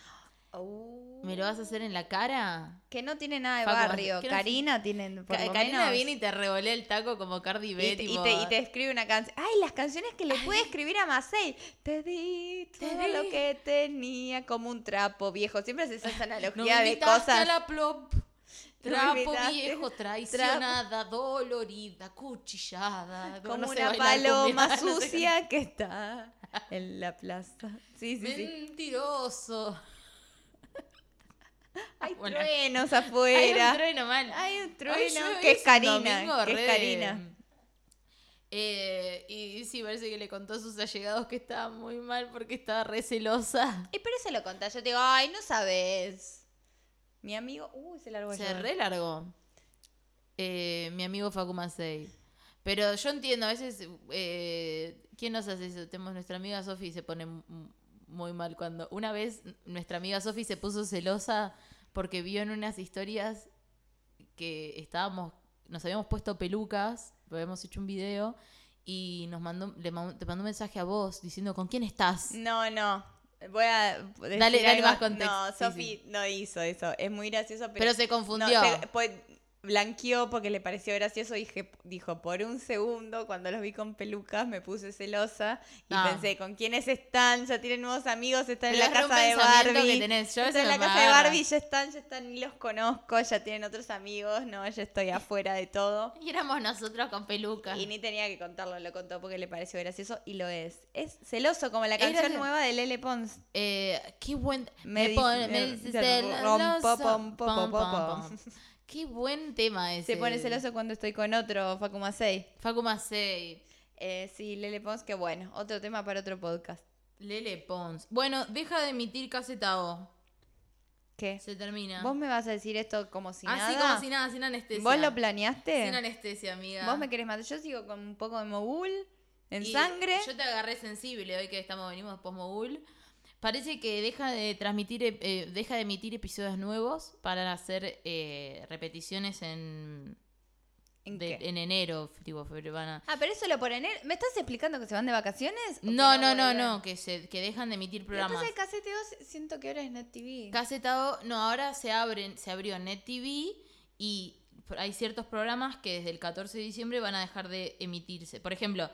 Speaker 1: ¿Me lo vas a hacer en la cara?
Speaker 2: Que no tiene nada de
Speaker 1: Facu Basé.
Speaker 2: barrio.
Speaker 1: Que no-
Speaker 2: Karina tiene, por
Speaker 1: Ca-
Speaker 2: lo
Speaker 1: Karina
Speaker 2: menos.
Speaker 1: viene y te revolea el taco como Cardi B.
Speaker 2: y, te, y te- y te escribe una canción. Ay, las canciones que le puede escribir a Macei. Te di todo
Speaker 1: Te
Speaker 2: lo
Speaker 1: di.
Speaker 2: que tenía como un trapo viejo. Siempre haces esa
Speaker 1: no
Speaker 2: analogía
Speaker 1: me
Speaker 2: de
Speaker 1: invitaste a
Speaker 2: cosas.
Speaker 1: la plop.
Speaker 2: No me
Speaker 1: Trapo
Speaker 2: invitaste.
Speaker 1: viejo, traicionada, dolorida, cuchillada. no
Speaker 2: Como
Speaker 1: sé
Speaker 2: una
Speaker 1: bailar cumbia,
Speaker 2: paloma
Speaker 1: no sé
Speaker 2: sucia que está en la plaza. Sí, sí,
Speaker 1: qué.
Speaker 2: sí.
Speaker 1: Mentiroso.
Speaker 2: Hay
Speaker 1: Bueno.
Speaker 2: truenos
Speaker 1: Hay un
Speaker 2: afuera.
Speaker 1: trueno mal.
Speaker 2: Hay un
Speaker 1: Hoy llueve,
Speaker 2: trueno. Que es
Speaker 1: un
Speaker 2: Karina.
Speaker 1: domingo
Speaker 2: Que
Speaker 1: re
Speaker 2: es
Speaker 1: de-
Speaker 2: Karina.
Speaker 1: Eh, y sí, parece que le contó a sus allegados que estaba muy mal porque estaba re celosa.
Speaker 2: Y pero se lo contás. Yo te digo, ay, no sabes. Mi amigo. Uy, se largó a
Speaker 1: Se
Speaker 2: llorar.
Speaker 1: re largó. Eh, mi amigo Facu Macei. Pero yo entiendo, a veces. eh, ¿Quién nos hace eso? Tenemos nuestra amiga Sofi y se pone m- muy mal cuando. Una vez nuestra amiga Sofi se puso celosa porque vio en unas historias que estábamos. Nos habíamos puesto pelucas, habíamos hecho un video y nos mandó, le mandó, te mandó un mensaje a vos diciendo: ¿Con quién estás?
Speaker 2: No, no. Voy a. decir
Speaker 1: Dale- dale
Speaker 2: algo.
Speaker 1: más contexto.
Speaker 2: No,
Speaker 1: Sí,
Speaker 2: Sofi
Speaker 1: sí.
Speaker 2: no hizo eso. Es muy gracioso, pero.
Speaker 1: Pero se
Speaker 2: no,
Speaker 1: confundió.
Speaker 2: se- pues, blanqueó porque le pareció gracioso. Y dije- dijo, por un segundo, cuando los vi con pelucas, me puse celosa. Y
Speaker 1: Ah.
Speaker 2: pensé, ¿con quiénes están? Ya tienen nuevos amigos, están
Speaker 1: Pero es
Speaker 2: en la
Speaker 1: re un
Speaker 2: casa de
Speaker 1: pensamiento que
Speaker 2: Barbie.
Speaker 1: tenés. Yo a
Speaker 2: Están
Speaker 1: veces
Speaker 2: en la
Speaker 1: me
Speaker 2: casa de
Speaker 1: agarra.
Speaker 2: Barbie, ya están, ya están, ni los conozco, ya tienen otros amigos, no, yo estoy afuera de todo.
Speaker 1: Y (laughs) éramos nosotros con pelucas.
Speaker 2: Y ni tenía que contarlo, lo contó porque le pareció gracioso y lo es. Es celoso, como la
Speaker 1: Es
Speaker 2: canción
Speaker 1: gracioso.
Speaker 2: nueva de Lele Pons.
Speaker 1: Eh, qué buen.
Speaker 2: Me
Speaker 1: Me,
Speaker 2: dice-
Speaker 1: pone- me
Speaker 2: me-
Speaker 1: dice
Speaker 2: se
Speaker 1: celoso.
Speaker 2: rompo, pom, po,
Speaker 1: Pom,
Speaker 2: po,
Speaker 1: pom,
Speaker 2: pom.
Speaker 1: pom. (laughs) Qué buen tema ese.
Speaker 2: Se pone celoso cuando estoy con otro, Facu Macei.
Speaker 1: Facu Macei,
Speaker 2: Eh, sí, Lele Pons, que bueno, otro tema para otro podcast.
Speaker 1: Lele Pons. Bueno, deja de emitir casetao.
Speaker 2: ¿Qué?
Speaker 1: Se termina.
Speaker 2: ¿Vos me vas a decir esto como si nada?
Speaker 1: Así Ah, como si nada, sin anestesia.
Speaker 2: ¿Vos lo planeaste?
Speaker 1: Sin anestesia, amiga.
Speaker 2: ¿Vos me querés matar? Yo sigo con un poco de mogul en
Speaker 1: Y
Speaker 2: sangre.
Speaker 1: Yo te agarré sensible hoy que estamos venimos post mogul. Parece que deja de transmitir, eh, eh, deja de emitir episodios nuevos para hacer eh, repeticiones en,
Speaker 2: ¿En
Speaker 1: de-
Speaker 2: qué?
Speaker 1: en enero, tipo febrero. Van a,
Speaker 2: Ah, pero eso lo ponen. en- ¿Me estás explicando que se van de vacaciones? ¿O que
Speaker 1: No, no, no,
Speaker 2: vuelven?
Speaker 1: no, que se que dejan de emitir
Speaker 2: Pero
Speaker 1: programas.
Speaker 2: Entonces el caseteo s- siento que ahora es Net TV.
Speaker 1: Casetado, no, ahora se abren, se abrió Net TV y por- hay ciertos programas que desde el 14 de diciembre van a dejar de emitirse. Por ejemplo,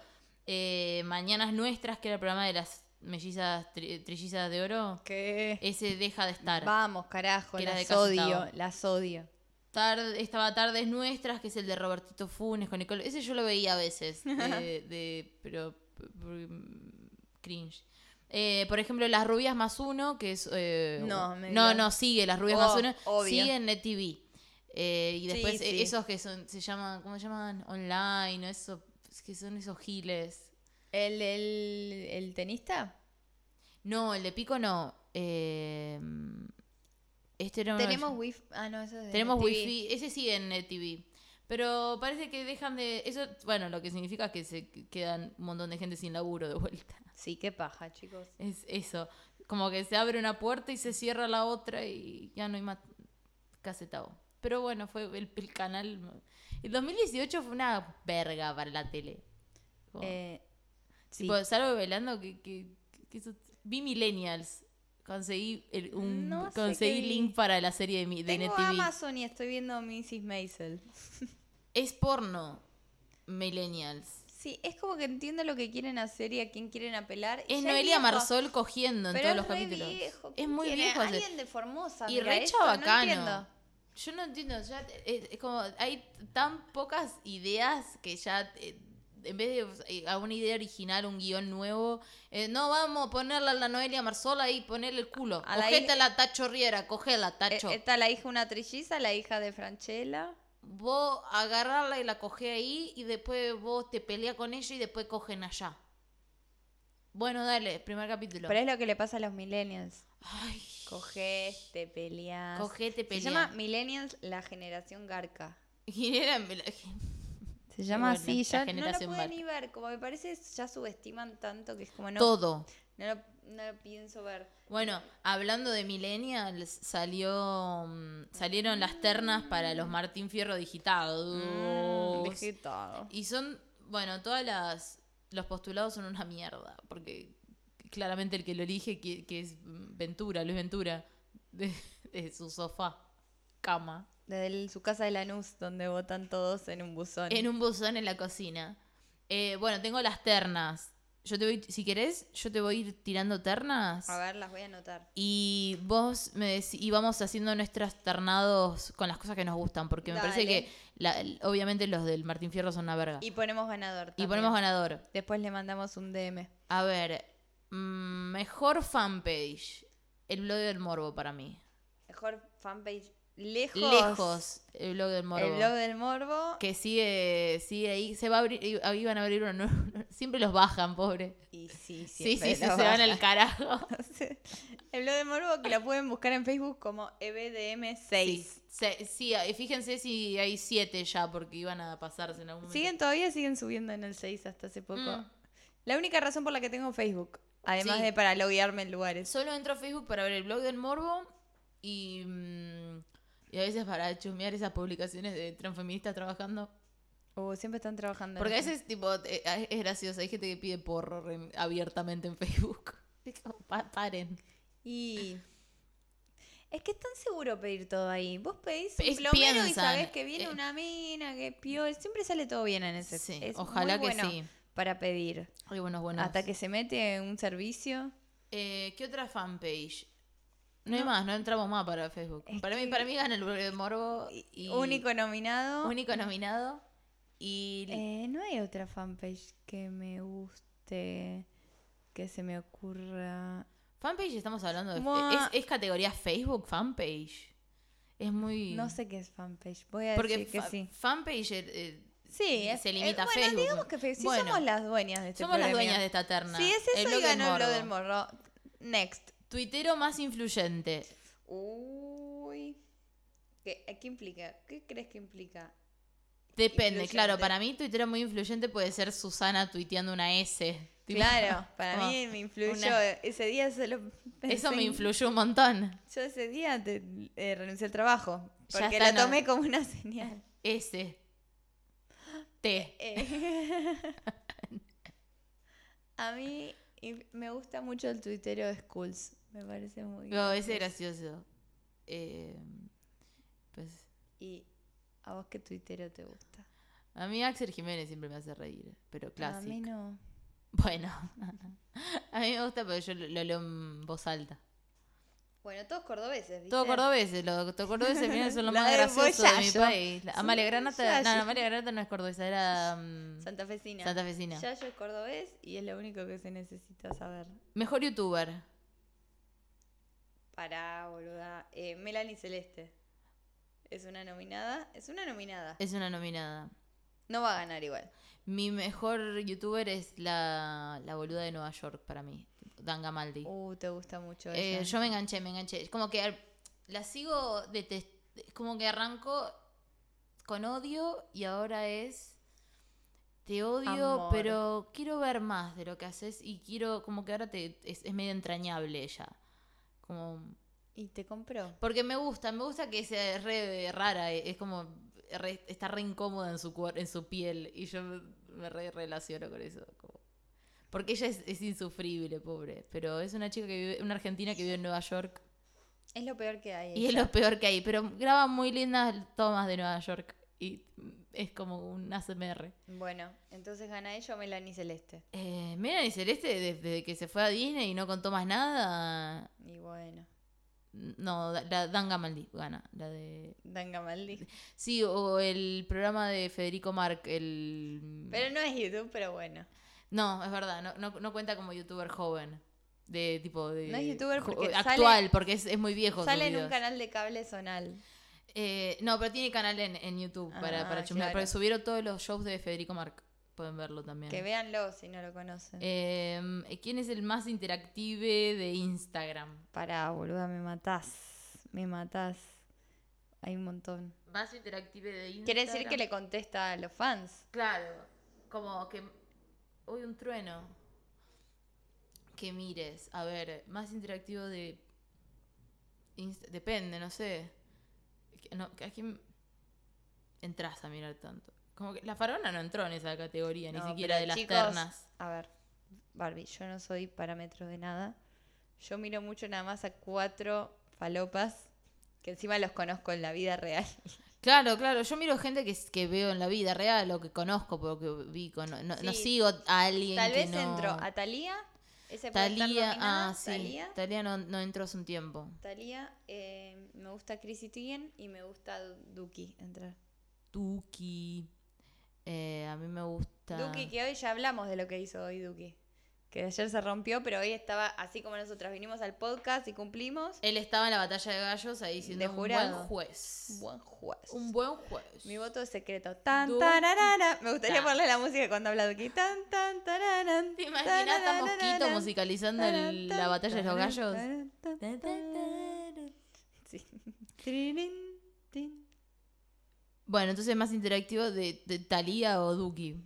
Speaker 1: eh, Mañanas Nuestras, que era el programa de las mellizas tri- trillizas de oro,
Speaker 2: ¿Qué?
Speaker 1: ese deja de estar.
Speaker 2: Vamos, carajo,
Speaker 1: Que era
Speaker 2: las
Speaker 1: de
Speaker 2: odio,
Speaker 1: casetado.
Speaker 2: las odio.
Speaker 1: Tarde, estaba Tardes Nuestras, que es el de Robertito Funes con Nicole. Ese yo lo veía a
Speaker 2: (laughs)
Speaker 1: veces, de, de- pero p- p- cringe. Eh, por ejemplo, Las Rubias Más Uno, que es... eh,
Speaker 2: No, me
Speaker 1: no,
Speaker 2: dio-
Speaker 1: no, sigue, Las Rubias
Speaker 2: Oh,
Speaker 1: Más Uno,
Speaker 2: obvio.
Speaker 1: sigue en NetTV. Eh, y
Speaker 2: Sí,
Speaker 1: después eh,
Speaker 2: sí.
Speaker 1: esos que son, se llaman, ¿cómo se llaman? Online, o eso, es que son esos giles.
Speaker 2: ¿El, el, el tenista?
Speaker 1: No, el de Pico no. Eh, este era uno de-
Speaker 2: Tenemos wifi. Ah, no, eso es de
Speaker 1: Tenemos
Speaker 2: TV.
Speaker 1: wifi, ese sí en TV. Pero parece que dejan de. Eso, bueno, lo que significa es que se quedan un montón de gente sin laburo de vuelta. (laughs)
Speaker 2: Sí, qué paja, chicos.
Speaker 1: Es eso. Como que se abre una puerta y se cierra la otra y ya no hay más casetado. Pero bueno, fue el, el canal. El 2018 fue una verga para la tele. Como-
Speaker 2: Eh, sí.
Speaker 1: Tipo, salvo bailando que, que- que eso- vi Millennials. Conseguí el- un
Speaker 2: No sé qué
Speaker 1: conseguí
Speaker 2: vi.
Speaker 1: link para la serie de, mi, de
Speaker 2: Tengo
Speaker 1: NetTV.
Speaker 2: Amazon y estoy viendo Mrs. Maisel.
Speaker 1: Es porno, Millennials.
Speaker 2: Sí, es como que entiendo lo que quieren hacer y a quién quieren apelar. y
Speaker 1: Es
Speaker 2: ya
Speaker 1: Noelia
Speaker 2: viejo.
Speaker 1: Marsol cogiendo en todos
Speaker 2: Pero es
Speaker 1: los
Speaker 2: re
Speaker 1: capítulos.
Speaker 2: viejo,
Speaker 1: es
Speaker 2: ¿quién
Speaker 1: muy
Speaker 2: quiere?
Speaker 1: viejo. ese-
Speaker 2: Alguien de Formosa.
Speaker 1: y
Speaker 2: mira,
Speaker 1: re
Speaker 2: esto no
Speaker 1: chabacano.
Speaker 2: entiendo.
Speaker 1: Yo no entiendo, ya eh, es, como hay tan pocas ideas que ya eh, en vez de eh, a una idea original, un guión nuevo, eh, no vamos a ponerla a la Noelia Marzola ahí ponerle el culo.
Speaker 2: A la
Speaker 1: Cogete la Tacho Riera, cogela,
Speaker 2: Eh,
Speaker 1: Tacho.
Speaker 2: Está la hija una trilliza, la hija de Franchella.
Speaker 1: Vos agarrarla y la cogé ahí y después vos te peleas con ella y después cogen allá. Bueno, dale, primer capítulo.
Speaker 2: Pero es lo que le pasa a los millennials.
Speaker 1: Ay,
Speaker 2: Coges, te peleas.
Speaker 1: cogete,
Speaker 2: Se
Speaker 1: pelea. (laughs)
Speaker 2: llama Millennials la generación garca.
Speaker 1: Y era- me la-
Speaker 2: Se llama
Speaker 1: bueno,
Speaker 2: así,
Speaker 1: la
Speaker 2: ya no lo
Speaker 1: generación
Speaker 2: puedo
Speaker 1: Barca.
Speaker 2: ni ver, como me parece ya subestiman tanto que es como no,
Speaker 1: Todo.
Speaker 2: no, lo, no lo pienso ver.
Speaker 1: Bueno, hablando de millennials, salió, mm, salieron las ternas para los Martín Fierro digitados.
Speaker 2: Mm, dejé todo.
Speaker 1: Y son, bueno, todas las los postulados son una mierda, porque claramente el que lo elige que, que es Ventura, Luis Ventura, (laughs) de, de su sofá, cama,
Speaker 2: Desde el- su casa de Lanús, donde votan todos en un buzón.
Speaker 1: en un buzón en la cocina. Eh, bueno, tengo las ternas. Yo te voy, si querés, yo te voy a ir tirando ternas.
Speaker 2: A ver, las voy a anotar.
Speaker 1: Y vos me dec- y vamos haciendo nuestros ternados con las cosas que nos gustan, porque me parece
Speaker 2: Dale.
Speaker 1: que la- el- obviamente los del Martín Fierro son una verga. Y,
Speaker 2: Ah. Y ponemos ganador. también.
Speaker 1: ponemos ganador.
Speaker 2: Después le mandamos un DM.
Speaker 1: A ver, mm, mejor fanpage. El blog del morbo para mí.
Speaker 2: Mejor fanpage lejos.
Speaker 1: Lejos, el blog del morbo.
Speaker 2: El blog del morbo.
Speaker 1: Que sigue, sigue ahí. Se va a abrir, i- ahí van a abrir uno nuevo. (laughs) Siempre los bajan, pobre.
Speaker 2: Y
Speaker 1: Sí,
Speaker 2: sí,
Speaker 1: sí,
Speaker 2: siempre
Speaker 1: sí, se
Speaker 2: lo
Speaker 1: van
Speaker 2: bajan.
Speaker 1: al carajo. (laughs)
Speaker 2: (laughs) El blog del morbo que la pueden buscar en Facebook como E EBDM6.
Speaker 1: Sí, se- sí, y fíjense si hay siete ya, porque iban a pasarse en algún momento.
Speaker 2: Siguen todavía, siguen subiendo en el 6 hasta hace poco.
Speaker 1: Mm.
Speaker 2: La única razón por la que tengo Facebook, además
Speaker 1: Sí.
Speaker 2: de para loguearme en lugares.
Speaker 1: Solo entro a Facebook para ver el blog del Morbo y, mm, y a veces para chusmear esas publicaciones de transfeministas trabajando.
Speaker 2: Uh, siempre están trabajando. en
Speaker 1: Porque a
Speaker 2: eso.
Speaker 1: veces, tipo, eh, es gracioso. Hay gente que pide porro re- abiertamente en (laughs) Facebook. Es como, pa- paren.
Speaker 2: Y. Es que es tan seguro pedir todo ahí. Vos pedís un
Speaker 1: Es-
Speaker 2: plomero y
Speaker 1: piensan,
Speaker 2: sabés que viene
Speaker 1: eh.
Speaker 2: una mina, que piol. Siempre sale todo bien en ese.
Speaker 1: Sí,
Speaker 2: es muy
Speaker 1: ojalá que
Speaker 2: bueno
Speaker 1: sí.
Speaker 2: Para pedir.
Speaker 1: Hay buenos, buenos.
Speaker 2: Hasta que se mete en un servicio.
Speaker 1: Eh, ¿Qué otra fanpage? No, hay más, no entramos más para Facebook.
Speaker 2: Es
Speaker 1: Para mí,
Speaker 2: que-
Speaker 1: para mí gana el blog del Morbo. Y
Speaker 2: único nominado.
Speaker 1: único nominado. Y
Speaker 2: Eh, no hay otra fanpage que me guste, que se me ocurra.
Speaker 1: Fanpage estamos hablando de...
Speaker 2: Mua.
Speaker 1: ¿es, es categoría Facebook fanpage? Es muy...
Speaker 2: No sé qué es fanpage. Voy a
Speaker 1: Porque
Speaker 2: decir que
Speaker 1: fa-
Speaker 2: sí.
Speaker 1: fanpage eh, eh,
Speaker 2: Sí, es-
Speaker 1: se limita a
Speaker 2: eh, bueno,
Speaker 1: Facebook.
Speaker 2: digamos que Facebook. Sí,
Speaker 1: Bueno,
Speaker 2: somos las dueñas de este
Speaker 1: somos las
Speaker 2: premio.
Speaker 1: dueñas de esta terna.
Speaker 2: Sí, es eso y
Speaker 1: blog del
Speaker 2: ganó el
Speaker 1: morbo.
Speaker 2: blog del morro. Next.
Speaker 1: Tuitero más influyente.
Speaker 2: Uy. ¿Qué, ¿Qué implica? ¿Qué crees que implica?
Speaker 1: Depende,
Speaker 2: Influyente.
Speaker 1: claro. Para mí, tuitero muy influyente puede ser Susana tuiteando una S. Tipo,
Speaker 2: Claro, para
Speaker 1: (laughs) como-
Speaker 2: mí me influyó.
Speaker 1: una-
Speaker 2: Ese día se lo
Speaker 1: Eso
Speaker 2: pensé
Speaker 1: me
Speaker 2: en-
Speaker 1: influyó un montón.
Speaker 2: Yo ese día te- eh, renuncié al trabajo.
Speaker 1: Ya
Speaker 2: Porque
Speaker 1: está,
Speaker 2: lo
Speaker 1: no.
Speaker 2: tomé como una señal.
Speaker 1: S. T.
Speaker 2: Eh, (laughs) a mí y me gusta mucho el tuitero de Skulls. Me parece muy
Speaker 1: No, ese
Speaker 2: gracioso.
Speaker 1: gracioso. Eh, pues...
Speaker 2: ¿Y a vos qué tuitero te gusta?
Speaker 1: A mí Axel Jiménez siempre me hace reír, pero
Speaker 2: A mí
Speaker 1: clásico. (laughs)
Speaker 2: no.
Speaker 1: Bueno, a mí me gusta, pero yo lo, lo leo en voz alta.
Speaker 2: Bueno, todos cordobeses, ¿viste?
Speaker 1: Todo cordobeses, los to- cordobeses vienen son lo
Speaker 2: (laughs) La
Speaker 1: más
Speaker 2: de
Speaker 1: gracioso de mi
Speaker 2: Boyayo.
Speaker 1: país. La-
Speaker 2: Son
Speaker 1: Amalia
Speaker 2: de
Speaker 1: Granata,
Speaker 2: Boyayo.
Speaker 1: no, no, Amalia Granata no es cordobesa, era mm,
Speaker 2: Santafesina.
Speaker 1: santafesina.
Speaker 2: Yayo es cordobés y es lo único que se necesita saber.
Speaker 1: Mejor youtuber.
Speaker 2: Pará, boluda. Eh, Melanie Celeste. Es una nominada. Es una nominada.
Speaker 1: Es una nominada.
Speaker 2: No va a ganar igual.
Speaker 1: Mi mejor youtuber es la, la boluda de Nueva York para mí, Dan Gamaldi.
Speaker 2: Uh, te gusta mucho
Speaker 1: Eh,
Speaker 2: ella.
Speaker 1: yo me enganché, me enganché. Es como que al- la sigo detest- es como que arranco con odio y ahora es te odio,
Speaker 2: Amor.
Speaker 1: pero quiero ver más de lo que haces y quiero como que ahora te es, es medio entrañable ella. Como
Speaker 2: Y te compró.
Speaker 1: porque me gusta, me gusta que es re rara, eh, es como re- está re incómoda en su cuer- en su piel y yo me- me re relaciono con eso. como- Porque ella es, es insufrible, pobre, pero es una chica que vive, una argentina que vive en Nueva York
Speaker 2: Es lo peor que hay.
Speaker 1: y es
Speaker 2: ella.
Speaker 1: lo peor que hay, pero graba muy lindas tomas de Nueva York y es como un ASMR.
Speaker 2: Bueno, entonces gana ella o Melanie Celeste.
Speaker 1: Eh, Melanie Celeste, desde, que se fue a Disney y no contó más nada,
Speaker 2: Y bueno.
Speaker 1: no, da- la Dan Gamaldi gana, la de
Speaker 2: Dan Gamaldi.
Speaker 1: Sí, o el programa de Federico Marc, el...
Speaker 2: Pero no es YouTube, pero bueno.
Speaker 1: No, es verdad, no, no, no cuenta como youtuber joven. De tipo de...
Speaker 2: No es youtuber
Speaker 1: jo-
Speaker 2: porque sale-
Speaker 1: Actual, porque es, es muy viejo. sus
Speaker 2: Sale en un
Speaker 1: videos.
Speaker 2: canal de cable zonal.
Speaker 1: Eh, no, pero tiene canal en, en YouTube para,
Speaker 2: Ah,
Speaker 1: para chusmear,
Speaker 2: claro.
Speaker 1: porque subieron todos los shows de Federico Marc. Pueden verlo también.
Speaker 2: Que véanlo si no lo conocen.
Speaker 1: Eh, ¿Quién es el más interactive de Instagram?
Speaker 2: Pará, boluda, me matás. Me matás. Hay un montón.
Speaker 1: Más interactive de Instagram.
Speaker 2: Quiere decir que le contesta a los fans.
Speaker 1: Claro, como que hoy un trueno. Que mires, a ver, más interactivo de Inst- depende, no sé. Que- No, que ¿A quién entras a mirar tanto? Como que la farona no entró en esa categoría,
Speaker 2: No,
Speaker 1: ni siquiera
Speaker 2: pero,
Speaker 1: de las
Speaker 2: chicos,
Speaker 1: ternas.
Speaker 2: A ver, Barbie, yo no soy parámetro de nada. Yo miro mucho nada más a cuatro falopas que encima los conozco en la vida real.
Speaker 1: Claro, claro, yo miro gente que, s- que veo en la vida real o que conozco porque vi, con, no, no
Speaker 2: Sí.
Speaker 1: sigo a alguien
Speaker 2: Tal
Speaker 1: que
Speaker 2: vez
Speaker 1: no...
Speaker 2: entro a Talía. Ese puede estar
Speaker 1: Talía,
Speaker 2: nominada,
Speaker 1: ah, sí, Talía,
Speaker 2: Thalía.
Speaker 1: no, no entró hace un tiempo.
Speaker 2: Talía, eh, me gusta Chrissy Teigen y me gusta Du- Duki entrar.
Speaker 1: Tuki. Eh, a mí me gusta.
Speaker 2: Duki, que hoy ya hablamos de lo que hizo hoy Duki. Que ayer se rompió, pero hoy estaba así como nosotras vinimos al podcast y cumplimos.
Speaker 1: Él estaba en la batalla de gallos ahí siendo
Speaker 2: De
Speaker 1: un
Speaker 2: jurado.
Speaker 1: buen juez.
Speaker 2: Buen juez.
Speaker 1: Un buen juez.
Speaker 2: Mi voto es secreto. Tan,
Speaker 1: Duki.
Speaker 2: tararara. Me gustaría
Speaker 1: Ta.
Speaker 2: ponerle la música cuando habla Duki. Tan, tan, tararan.
Speaker 1: ¿Te imaginas a Mosquito musicalizando el- la batalla de los gallos?
Speaker 2: Sí. (laughs) Tirirín, tin.
Speaker 1: Bueno, entonces más interactivo de, de Thalía o Duki.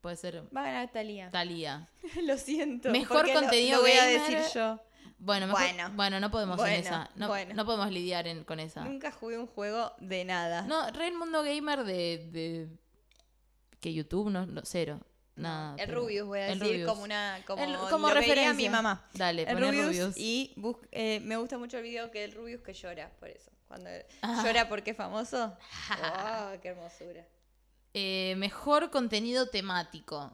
Speaker 1: Puede ser
Speaker 2: Va a ganar Talía.
Speaker 1: Thalía.
Speaker 2: (laughs) Lo siento.
Speaker 1: Mejor
Speaker 2: porque lo-
Speaker 1: contenido
Speaker 2: lo voy a
Speaker 1: gamer.
Speaker 2: decir yo.
Speaker 1: Bueno, mejor-
Speaker 2: Bueno.
Speaker 1: bueno, no podemos en
Speaker 2: Bueno,
Speaker 1: esa. No,
Speaker 2: bueno.
Speaker 1: no podemos lidiar en- con esa.
Speaker 2: Nunca jugué un juego de nada.
Speaker 1: No, re el mundo gamer de. de- que YouTube no, no, cero. Nada.
Speaker 2: el
Speaker 1: pero-
Speaker 2: Rubius, voy a
Speaker 1: el
Speaker 2: decir,
Speaker 1: Rubius.
Speaker 2: como una. Como,
Speaker 1: El-
Speaker 2: lo veía mi mamá.
Speaker 1: Dale,
Speaker 2: El
Speaker 1: poné
Speaker 2: Rubius,
Speaker 1: Rubius.
Speaker 2: Y bus- eh, me gusta mucho el video que el Rubius que llora, por eso. Cuando
Speaker 1: Ah.
Speaker 2: llora porque
Speaker 1: (laughs)
Speaker 2: es famoso. ¡Oh, qué hermosura!
Speaker 1: Eh, mejor contenido temático.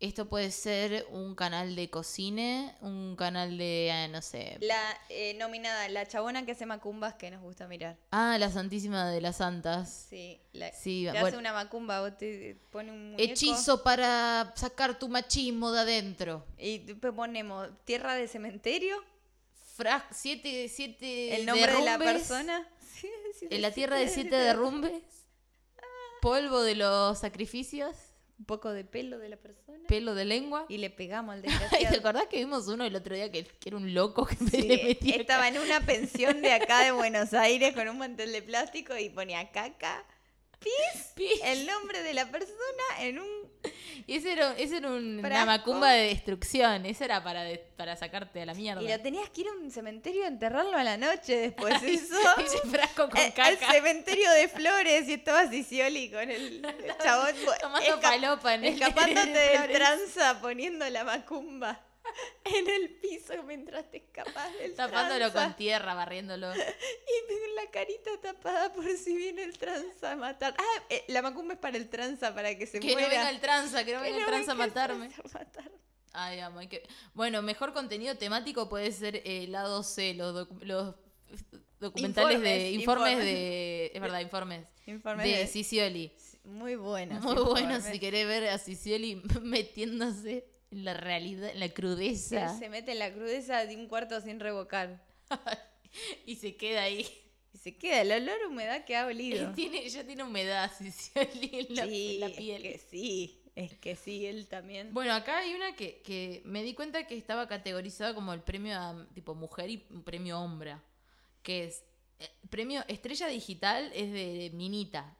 Speaker 1: Esto puede ser un canal de cocine, un canal de, ah, no sé.
Speaker 2: La eh, nominada, la chabona que hace macumbas que nos gusta mirar.
Speaker 1: Ah, la Santísima de las Santas.
Speaker 2: Sí, la,
Speaker 1: Sí,
Speaker 2: te hace
Speaker 1: bueno.
Speaker 2: una macumba, vos te pone un muñeco
Speaker 1: Hechizo para sacar tu machismo de adentro.
Speaker 2: Y te ponemos tierra de cementerio,
Speaker 1: Fra- siete, siete
Speaker 2: el nombre de la
Speaker 1: derrumbes.
Speaker 2: persona. (laughs) Sí, sí,
Speaker 1: Eh, En la
Speaker 2: sí,
Speaker 1: tierra de siete
Speaker 2: derrumbes. Ah.
Speaker 1: derrumbes. Polvo de los sacrificios.
Speaker 2: Un poco de pelo de la persona.
Speaker 1: Pelo de lengua.
Speaker 2: y
Speaker 1: (laughs)
Speaker 2: le pegamos al
Speaker 1: Ay, ¿Te
Speaker 2: desgraciado.
Speaker 1: acordás que vimos uno el otro día que, que era un loco (laughs) que
Speaker 2: Sí,
Speaker 1: le metía
Speaker 2: estaba en una pensión de acá de Buenos Aires con un mantel de plástico y ponía caca,
Speaker 1: pis?
Speaker 2: el nombre de la persona en un...
Speaker 1: Y ese era, ese era un- una
Speaker 2: Frasco.
Speaker 1: macumba de destrucción. Esa era para, de- para sacarte a la mierda.
Speaker 2: Y lo tenías que ir a un cementerio a enterrarlo a la noche después
Speaker 1: (laughs)
Speaker 2: (laughs) eso.
Speaker 1: Ese frasco con
Speaker 2: Eh, Al
Speaker 1: caca.
Speaker 2: cementerio de flores y estaba Sicioli con el el chabón bo-
Speaker 1: Tomando
Speaker 2: esca-
Speaker 1: palopa en el- (laughs)
Speaker 2: escapándote
Speaker 1: en el
Speaker 2: del
Speaker 1: Flores.
Speaker 2: tranza poniendo la macumba en el piso mientras te escapas del
Speaker 1: Tapándolo
Speaker 2: tranza.
Speaker 1: con tierra, barriéndolo.
Speaker 2: Y con la carita tapada por si viene el tranza a matar. Ah, eh, la macumba es para el tranza, para que se
Speaker 1: Que no
Speaker 2: muera.
Speaker 1: venga el tranza, que no
Speaker 2: Que
Speaker 1: venga el
Speaker 2: no
Speaker 1: tranza a
Speaker 2: venga el
Speaker 1: matarme.
Speaker 2: tranza a matarme.
Speaker 1: Ay, amo, hay que- Bueno, mejor contenido temático puede ser eh, lado C, los, docu- los documentales de. Informes,
Speaker 2: Informes, informes.
Speaker 1: de. Es verdad, informes.
Speaker 2: Informe
Speaker 1: de
Speaker 2: de-
Speaker 1: Sisioli.
Speaker 2: Muy buena.
Speaker 1: Muy bueno si querés ver a Sisioli (laughs) metiéndose en la realidad, en la crudeza.
Speaker 2: Se mete en la crudeza de un cuarto sin revocar.
Speaker 1: Y se queda ahí. (laughs)
Speaker 2: Y se queda el olor a humedad que ha olido.
Speaker 1: Tiene, ya tiene humedad (laughs) Sisioli en la, en
Speaker 2: Sí,
Speaker 1: la piel.
Speaker 2: Es que sí, es que sí, él también.
Speaker 1: Bueno, acá hay una que, que me di cuenta que estaba categorizada como el premio a, tipo mujer y premio hombre, que es eh, premio estrella digital es de Minita,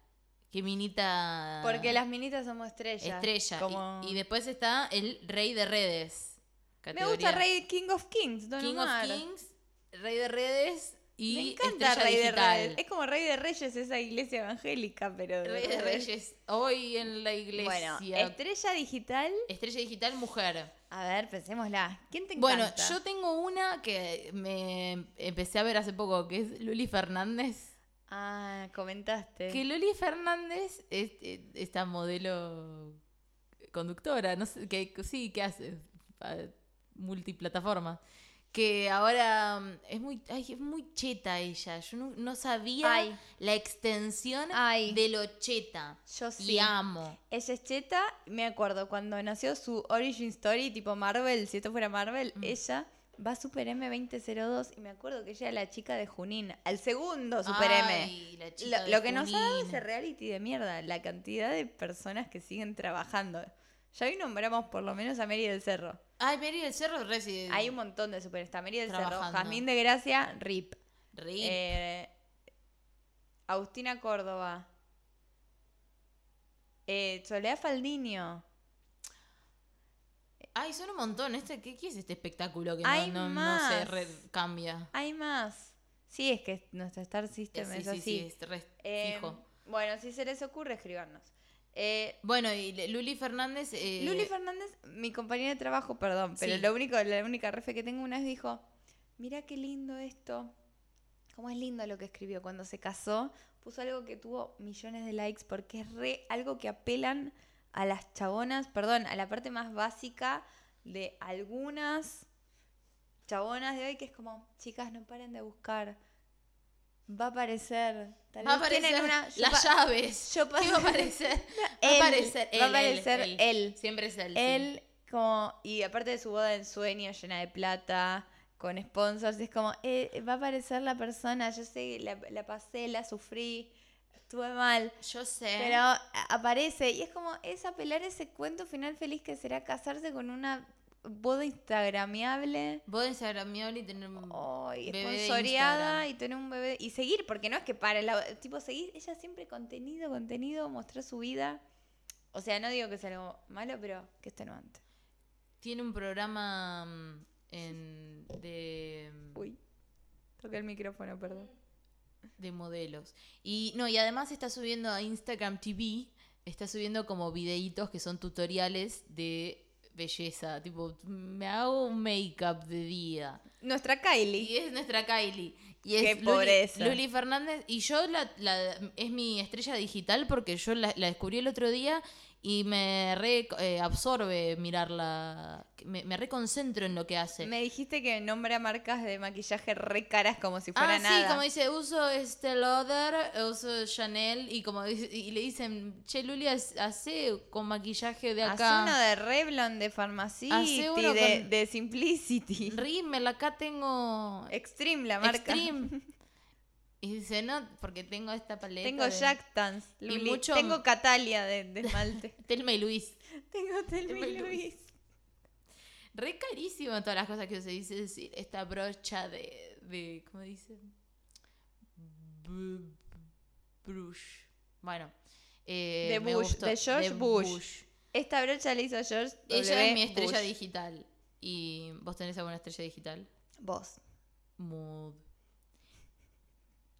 Speaker 1: que Minita
Speaker 2: Porque las minitas somos estrellas.
Speaker 1: estrella
Speaker 2: como-
Speaker 1: y, y después está el rey de redes.
Speaker 2: Me gusta
Speaker 1: categoría.
Speaker 2: Rey King of Kings, Don
Speaker 1: King
Speaker 2: Omar.
Speaker 1: of Kings, rey de redes y
Speaker 2: Me encanta
Speaker 1: estrella
Speaker 2: Rey
Speaker 1: digital.
Speaker 2: de Reyes. Es como Rey de Reyes esa iglesia evangélica, pero...
Speaker 1: Rey de Reyes este hoy en la iglesia.
Speaker 2: Bueno, estrella digital.
Speaker 1: Estrella digital mujer.
Speaker 2: A ver, pensémosla. ¿Quién te
Speaker 1: Bueno,
Speaker 2: encanta?
Speaker 1: yo tengo una que me empecé a ver hace poco, que es Luli Fernández.
Speaker 2: Ah, comentaste.
Speaker 1: Que Luli Fernández es eh, esta modelo conductora, no sé, que sí, que hace Pa- multiplataforma. Que ahora mm, es muy, ay, es muy cheta ella. Yo no, no sabía
Speaker 2: Ay.
Speaker 1: la extensión
Speaker 2: Ay.
Speaker 1: de lo cheta.
Speaker 2: Yo sí.
Speaker 1: Le amo.
Speaker 2: Ella es cheta, me acuerdo, cuando nació su origin story tipo Marvel, si esto fuera Marvel,
Speaker 1: Mm.
Speaker 2: ella va a Super M2002 y me acuerdo que ella era la chica de Junín, al segundo Super M.
Speaker 1: Ay, la chica
Speaker 2: Lo,
Speaker 1: de
Speaker 2: lo que nos ha dado
Speaker 1: Junín.
Speaker 2: ese reality de mierda, la cantidad de personas que siguen trabajando. Ya hoy nombramos por lo menos a Mary del Cerro.
Speaker 1: Ay, Mary del Cerro Resident.
Speaker 2: Hay un montón de superestars. Mary del Cerro,
Speaker 1: Trabajando.
Speaker 2: Jazmín de Gracia, RIP.
Speaker 1: Rip.
Speaker 2: Eh, Agustina Córdoba. Eh, Soledad Faldiño.
Speaker 1: Ay, son un montón. Este, ¿qué, qué es este espectáculo que
Speaker 2: Hay
Speaker 1: no, no, no
Speaker 2: más.
Speaker 1: se re- cambia? Eh,
Speaker 2: Hay más. Sí, es que nuestro Star System
Speaker 1: Sí,
Speaker 2: es
Speaker 1: sí,
Speaker 2: así.
Speaker 1: sí, es re-
Speaker 2: Eh,
Speaker 1: fijo.
Speaker 2: Bueno, si se les ocurre, escribanos. Eh,
Speaker 1: Bueno, y le- Luli Fernández. eh,
Speaker 2: Luli Fernández, mi compañera de trabajo, perdón, pero
Speaker 1: Sí.
Speaker 2: lo único, la única refe que tengo una vez dijo, mirá qué lindo esto, cómo es lindo lo que escribió cuando se casó, puso algo que tuvo millones de likes porque es re algo que apelan a las chabonas, perdón, a la parte más básica de algunas chabonas de hoy que es como, chicas, no paren de buscar, va a aparecer, tal
Speaker 1: va a
Speaker 2: vez tienen
Speaker 1: aparecer
Speaker 2: una- yo pa-
Speaker 1: las llaves. (laughs)
Speaker 2: (laughs) yo pa-
Speaker 1: ¿Qué va a
Speaker 2: (laughs)
Speaker 1: aparecer? va a
Speaker 2: Él,
Speaker 1: aparecer él.
Speaker 2: va a aparecer
Speaker 1: él,
Speaker 2: él.
Speaker 1: Siempre es él. sí.
Speaker 2: Él, como, y aparte de su boda de ensueño llena de plata, con sponsors, es como, eh, va a aparecer la persona, yo sé, la, la pasé, la sufrí, estuve mal,
Speaker 1: Yo sé.
Speaker 2: pero a- aparece. Y es como, es apelar ese cuento final feliz que será casarse con una boda instagramiable.
Speaker 1: Vos Instagramiable y tener. un-
Speaker 2: Ay,
Speaker 1: Bebé de
Speaker 2: esponsoreada
Speaker 1: Instagram.
Speaker 2: y tener un bebé y seguir, porque no es que para la, tipo seguir, ella siempre contenido, contenido, mostró su vida. O sea, no digo que sea algo malo, pero que esto no antes.
Speaker 1: Tiene un programa mm, en, de.
Speaker 2: Uy, toqué el micrófono, perdón.
Speaker 1: de modelos. Y no, y además está subiendo a Instagram TV, está subiendo como videitos que son tutoriales de belleza, tipo me hago un make-up de día.
Speaker 2: Nuestra Kylie.
Speaker 1: Y es nuestra Kylie. Y es
Speaker 2: Qué
Speaker 1: Luli-
Speaker 2: pobreza.
Speaker 1: Luli, Fernández. Y yo la, la- es mi estrella digital porque yo la, la descubrí el otro día y me re eh, absorbe mirarla. Me, me reconcentro en lo que hace.
Speaker 2: Me dijiste que nombra marcas de maquillaje re caras como si fuera
Speaker 1: Ah,
Speaker 2: nada.
Speaker 1: sí, como dice, uso este Lauder, uso Chanel y como dice- y le dicen, che, Luli, haz- hace con maquillaje de
Speaker 2: Hacé
Speaker 1: acá.
Speaker 2: uno de Revlon, de Pharmacity,
Speaker 1: Hacé uno
Speaker 2: de,
Speaker 1: con-
Speaker 2: de Simplicity.
Speaker 1: Rimmel, acá tengo
Speaker 2: Extreme, la marca.
Speaker 1: Extreme. Y dice, no, porque tengo esta paleta.
Speaker 2: Tengo
Speaker 1: de
Speaker 2: Jactans.
Speaker 1: Y
Speaker 2: Luli.
Speaker 1: mucho-
Speaker 2: Tengo Catalia de,
Speaker 1: (laughs)
Speaker 2: de esmalte.
Speaker 1: Telma y Luis.
Speaker 2: tengo Telmi
Speaker 1: Luis.
Speaker 2: Luis.
Speaker 1: Re carísimo todas las cosas que se dice decir. Esta brocha de, de ¿cómo dice? B- Brush. Bueno. eh,
Speaker 2: De
Speaker 1: me
Speaker 2: Bush,
Speaker 1: gustó.
Speaker 2: de George Bush. Esta brocha la hizo George
Speaker 1: Ella
Speaker 2: W.
Speaker 1: es mi estrella
Speaker 2: Bush.
Speaker 1: digital. ¿Y vos tenés alguna estrella digital?
Speaker 2: Vos.
Speaker 1: Mood.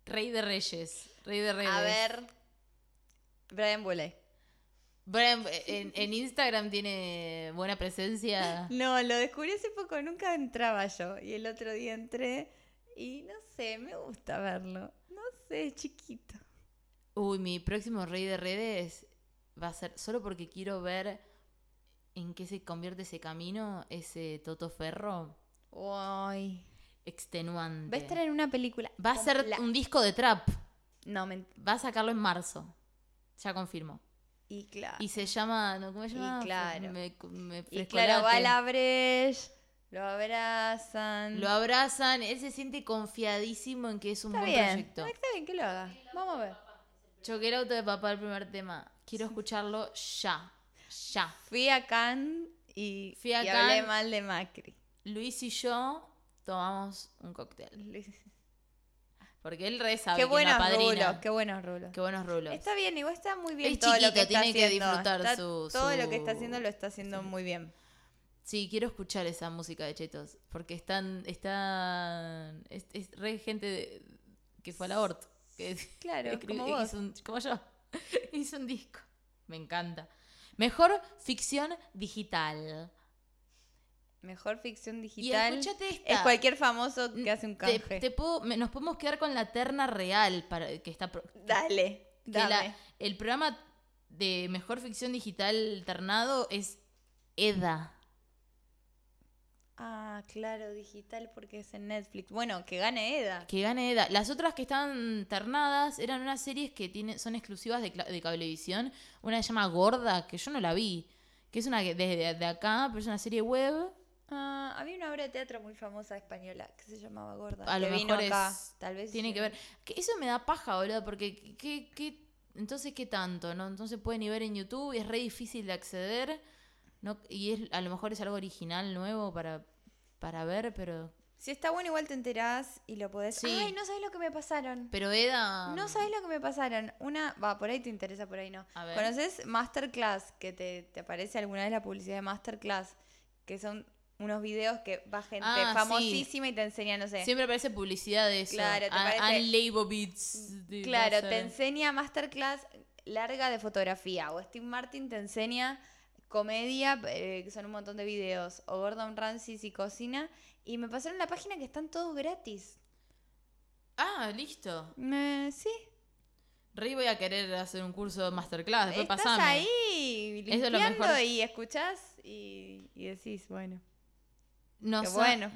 Speaker 1: Rey de Reyes. Rey de Reyes.
Speaker 2: A ver. Brian Boulay.
Speaker 1: Brian, eh, en, en Instagram tiene buena
Speaker 2: (laughs)
Speaker 1: presencia.
Speaker 2: No, lo descubrí hace poco, nunca entraba yo. Y el otro día entré y no sé, me gusta verlo. No sé, es chiquito.
Speaker 1: Uy, mi próximo Rey de Redes va a ser solo porque quiero ver en qué se convierte ese camino, ese Toto Ferro,
Speaker 2: Uy.
Speaker 1: extenuante.
Speaker 2: Va a estar en una película.
Speaker 1: Va a ser
Speaker 2: compla-
Speaker 1: un disco de trap.
Speaker 2: No, men-
Speaker 1: Va a sacarlo en marzo. Ya confirmo.
Speaker 2: Y claro.
Speaker 1: Y se llama. ¿no? ¿Cómo se
Speaker 2: Ah. Y
Speaker 1: llama?
Speaker 2: claro.
Speaker 1: Me- me
Speaker 2: Y claro, va a
Speaker 1: frescolate.
Speaker 2: la Breche, lo abrazan.
Speaker 1: Lo abrazan. Él se siente confiadísimo en que es un
Speaker 2: Está
Speaker 1: buen
Speaker 2: bien.
Speaker 1: proyecto.
Speaker 2: No, Está bien que lo haga. Vamos a ver.
Speaker 1: Choqué el auto de papá el primer tema. Quiero escucharlo ya. Ya.
Speaker 2: Fui a Cannes y,
Speaker 1: Fui a
Speaker 2: y hablé
Speaker 1: Cannes.
Speaker 2: mal de Macri.
Speaker 1: Luis y yo tomamos un cóctel. Porque él re sabe
Speaker 2: Qué
Speaker 1: que
Speaker 2: buenos
Speaker 1: padrina.
Speaker 2: rulos, qué buenos rulos.
Speaker 1: Qué buenos rulos.
Speaker 2: Está bien, igual está muy bien
Speaker 1: Es
Speaker 2: todo lo que
Speaker 1: chiquito,
Speaker 2: está
Speaker 1: tiene que
Speaker 2: haciendo.
Speaker 1: disfrutar
Speaker 2: Está-
Speaker 1: su-
Speaker 2: Todo lo
Speaker 1: su-
Speaker 2: que está haciendo lo está haciendo muy bien.
Speaker 1: Sí, quiero escuchar esa música de Chetos. Porque están. están es, es re gente de- que fue al aborto. Que
Speaker 2: Claro,
Speaker 1: escribe-
Speaker 2: como vos.
Speaker 1: hizo un- como yo. (laughs) hizo un disco. Me encanta. Mejor ficción digital.
Speaker 2: Mejor ficción
Speaker 1: Y
Speaker 2: digital.
Speaker 1: escúchate esta. Mm,
Speaker 2: Es cualquier famoso que hace un
Speaker 1: Te-
Speaker 2: canje.
Speaker 1: te puedo- me- nos podemos quedar con la terna real para que está pro-
Speaker 2: Dale,
Speaker 1: que la-
Speaker 2: dame.
Speaker 1: el programa de mejor ficción digital ternado es Eda.
Speaker 2: Ah, claro, digital porque es en Netflix. Bueno, que gane Eda.
Speaker 1: Que gane Eda. Las otras que están ternadas eran unas series que tienen, son exclusivas de, cla- de cablevisión. Una se llama Gorda, que yo no la vi. Que es una que- desde de acá, pero es una serie web.
Speaker 2: Ah, había una obra de teatro muy famosa española que se llamaba Gorda.
Speaker 1: A lo
Speaker 2: que
Speaker 1: mejor
Speaker 2: vino acá.
Speaker 1: es-
Speaker 2: Tal vez
Speaker 1: Tiene que ver. Que eso me da paja, boludo, porque ¿qué, qué- entonces qué tanto, ¿no? Entonces pueden ni ver en YouTube, es re difícil de acceder. No, y es, a lo mejor es algo original, nuevo para, para ver, pero.
Speaker 2: Si está bueno, igual te enterás y lo podés.
Speaker 1: Sí.
Speaker 2: Ay, no sabés lo que me pasaron.
Speaker 1: Pero Eda.
Speaker 2: No sabés lo que me pasaron. Una, va, por ahí te interesa, por ahí no.
Speaker 1: A ver.
Speaker 2: ¿Conoces Masterclass? Que te, te aparece alguna vez la publicidad de Masterclass, que son unos videos que va gente
Speaker 1: Ah, sí.
Speaker 2: famosísima y te enseña, no sé.
Speaker 1: Siempre aparece publicidad de eso.
Speaker 2: Claro, te
Speaker 1: A-
Speaker 2: parece-
Speaker 1: Ann Leibovitz. de- va
Speaker 2: Claro,
Speaker 1: a ser-
Speaker 2: te enseña masterclass larga de fotografía. O Steve Martin te enseña comedia, eh, que son un montón de videos. O Gordon Ramsay si cocina. Y me pasaron la página que están todos gratis.
Speaker 1: Ah, listo.
Speaker 2: Me- sí.
Speaker 1: Rey voy a querer hacer un curso de masterclass. Después
Speaker 2: Estás
Speaker 1: Ah, pasame.
Speaker 2: ahí
Speaker 1: Eso es lo
Speaker 2: limpiando
Speaker 1: mejor.
Speaker 2: y escuchás y, y decís, bueno,
Speaker 1: No
Speaker 2: qué
Speaker 1: sé.
Speaker 2: bueno.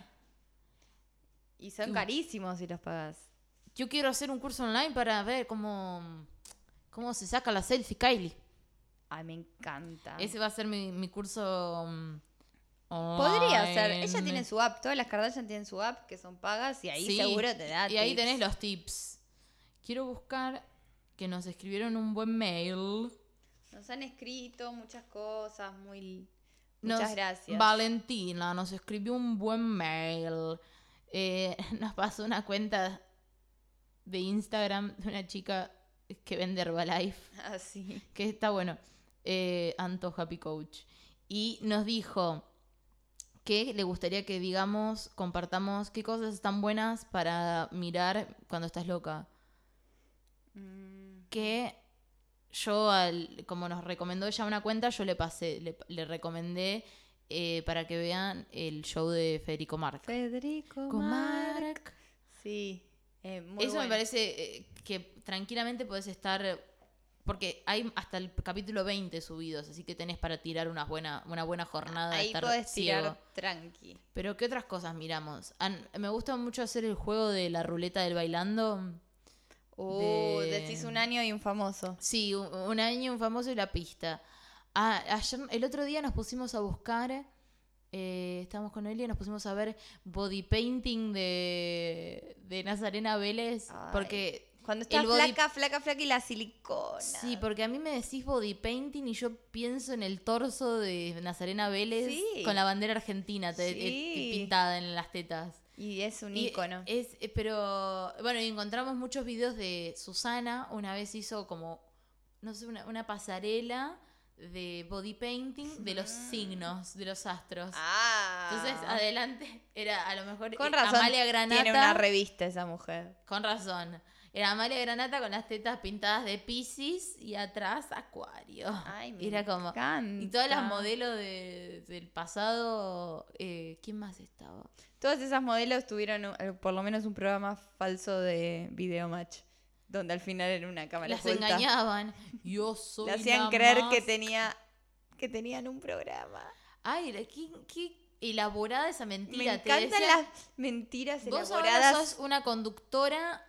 Speaker 2: Y son
Speaker 1: Qué-
Speaker 2: carísimos si los pagás.
Speaker 1: Yo quiero hacer un curso online para ver cómo, cómo se saca la selfie, Kylie.
Speaker 2: Ay, me encanta.
Speaker 1: Ese va a ser mi, mi curso. mm,
Speaker 2: Podría
Speaker 1: online.
Speaker 2: ser. Ella tiene su app. Todas las Kardashian tienen su app que son pagas y ahí
Speaker 1: Sí,
Speaker 2: seguro te da.
Speaker 1: Y ahí
Speaker 2: tips.
Speaker 1: tenés los tips. Quiero buscar que nos escribieron un buen mail.
Speaker 2: Nos han escrito muchas cosas, muy.
Speaker 1: Nos-
Speaker 2: Muchas gracias. (laughs)
Speaker 1: Valentina nos escribió un buen mail. Eh, (laughs) nos pasó una cuenta de Instagram de una chica que vende Herbalife.
Speaker 2: Así.
Speaker 1: que está bueno, eh, Anto Happy Coach. Y nos dijo que le gustaría que digamos, compartamos qué cosas están buenas para mirar cuando estás loca.
Speaker 2: Mm.
Speaker 1: Que yo, al, como nos recomendó ella una cuenta, yo le pasé, le, le recomendé eh, para que vean el show de Federico Marc.
Speaker 2: Federico Marc.
Speaker 1: Marc.
Speaker 2: Sí. eh, muy
Speaker 1: Eso me
Speaker 2: bueno.
Speaker 1: parece eh, que tranquilamente podés estar. Porque hay hasta el capítulo 20 subidos, así que tenés para tirar una buena, una buena jornada de
Speaker 2: Ahí
Speaker 1: estar
Speaker 2: podés
Speaker 1: ciego.
Speaker 2: tirar tranqui.
Speaker 1: Pero, ¿qué otras cosas miramos? An- me gusta mucho hacer el juego de la ruleta del bailando.
Speaker 2: Uh,
Speaker 1: De-
Speaker 2: decís un año y un famoso.
Speaker 1: Sí, un, un año, un famoso y la pista. Ah, ayer, el otro día nos pusimos a buscar. eh, estábamos con Elia y nos pusimos a ver body painting de, de Nazarena Vélez.
Speaker 2: Ay.
Speaker 1: Porque
Speaker 2: Cuando estás
Speaker 1: El body-
Speaker 2: flaca, flaca, flaca y la silicona.
Speaker 1: Sí, porque a mí me decís body painting y yo pienso en el torso de Nazarena Vélez
Speaker 2: Sí.
Speaker 1: con la bandera argentina te-
Speaker 2: Sí.
Speaker 1: eh, pintada en las tetas.
Speaker 2: Y es un
Speaker 1: Y
Speaker 2: ícono.
Speaker 1: Es, eh, pero bueno, y encontramos muchos videos de Susana, una vez hizo como, no sé, una, una pasarela de body painting de los signos, de los astros.
Speaker 2: Mm. Ah.
Speaker 1: Entonces, adelante, era a lo mejor
Speaker 2: Con
Speaker 1: eh,
Speaker 2: razón.
Speaker 1: Amalia Granata.
Speaker 2: Tiene una revista esa mujer.
Speaker 1: Con razón. Era Amalia Granata con las tetas pintadas de Pisces y atrás Acuario.
Speaker 2: Ay, me
Speaker 1: Era como.
Speaker 2: encanta.
Speaker 1: Y todas las modelos de- del pasado. eh, ¿Quién más estaba?
Speaker 2: Todas esas modelos tuvieron un- eh, por lo menos un programa falso de video match, donde al final era una cámara
Speaker 1: las
Speaker 2: oculta.
Speaker 1: engañaban. Yo soy.
Speaker 2: Le hacían
Speaker 1: la
Speaker 2: creer
Speaker 1: más-
Speaker 2: que tenía que tenían un programa.
Speaker 1: Ay, la- qué, qué elaborada esa mentira.
Speaker 2: Me
Speaker 1: te
Speaker 2: encantan
Speaker 1: decía,
Speaker 2: las mentiras
Speaker 1: Vos
Speaker 2: elaboradas.
Speaker 1: ahora sos una conductora.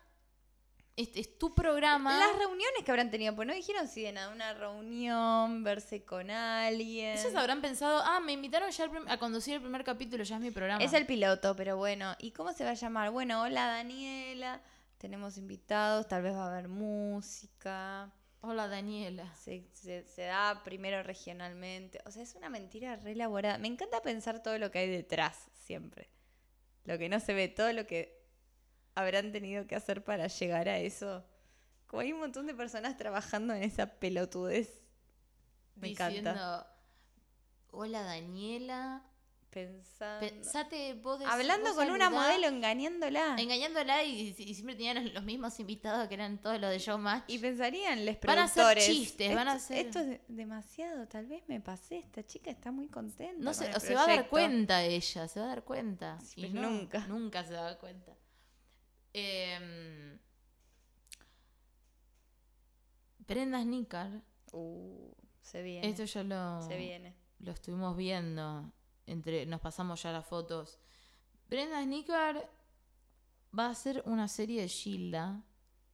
Speaker 1: Este es tu programa.
Speaker 2: Las reuniones que habrán tenido, pues no dijeron si de nada, una reunión, verse con alguien.
Speaker 1: Ellos habrán pensado, ah, me invitaron ya al prim- a conducir el primer capítulo, ya es mi programa.
Speaker 2: Es el piloto, pero bueno. ¿Y cómo se va a llamar? Bueno, hola Daniela, tenemos invitados, tal vez va a haber música.
Speaker 1: Hola, Daniela.
Speaker 2: Se, se- se da primero regionalmente. O sea, es una mentira re elaborada. Me encanta pensar todo lo que hay detrás, siempre. Lo que no se ve, todo lo que habrán tenido que hacer para llegar a eso. Como hay un montón de personas trabajando en esa pelotudez. Me
Speaker 1: diciendo,
Speaker 2: encanta.
Speaker 1: hola, Daniela.
Speaker 2: Pensando.
Speaker 1: Pensate vos de
Speaker 2: Ah, Hablando
Speaker 1: vos
Speaker 2: con una
Speaker 1: saludá,
Speaker 2: modelo, engañándola.
Speaker 1: Engañándola y, y siempre tenían los- los mismos invitados que eran todos los de Showmatch.
Speaker 2: Y pensarían, les
Speaker 1: Van a hacer
Speaker 2: productores.
Speaker 1: chistes, van a
Speaker 2: "Esto-
Speaker 1: hacer-
Speaker 2: Esto es de- demasiado, tal vez me pasé. Esta chica está muy contenta.
Speaker 1: No
Speaker 2: con
Speaker 1: se,
Speaker 2: el
Speaker 1: o se va a dar
Speaker 2: proyecto".
Speaker 1: cuenta ella, se va a dar cuenta.
Speaker 2: Sí,
Speaker 1: Y
Speaker 2: pero
Speaker 1: no,
Speaker 2: nunca.
Speaker 1: Nunca se va a dar cuenta. Em, prendas Nícar,
Speaker 2: Uh, se viene.
Speaker 1: esto ya lo,
Speaker 2: Se viene.
Speaker 1: lo estuvimos viendo, entre, nos pasamos ya las fotos. Prendas Nícar va a ser una serie de Gilda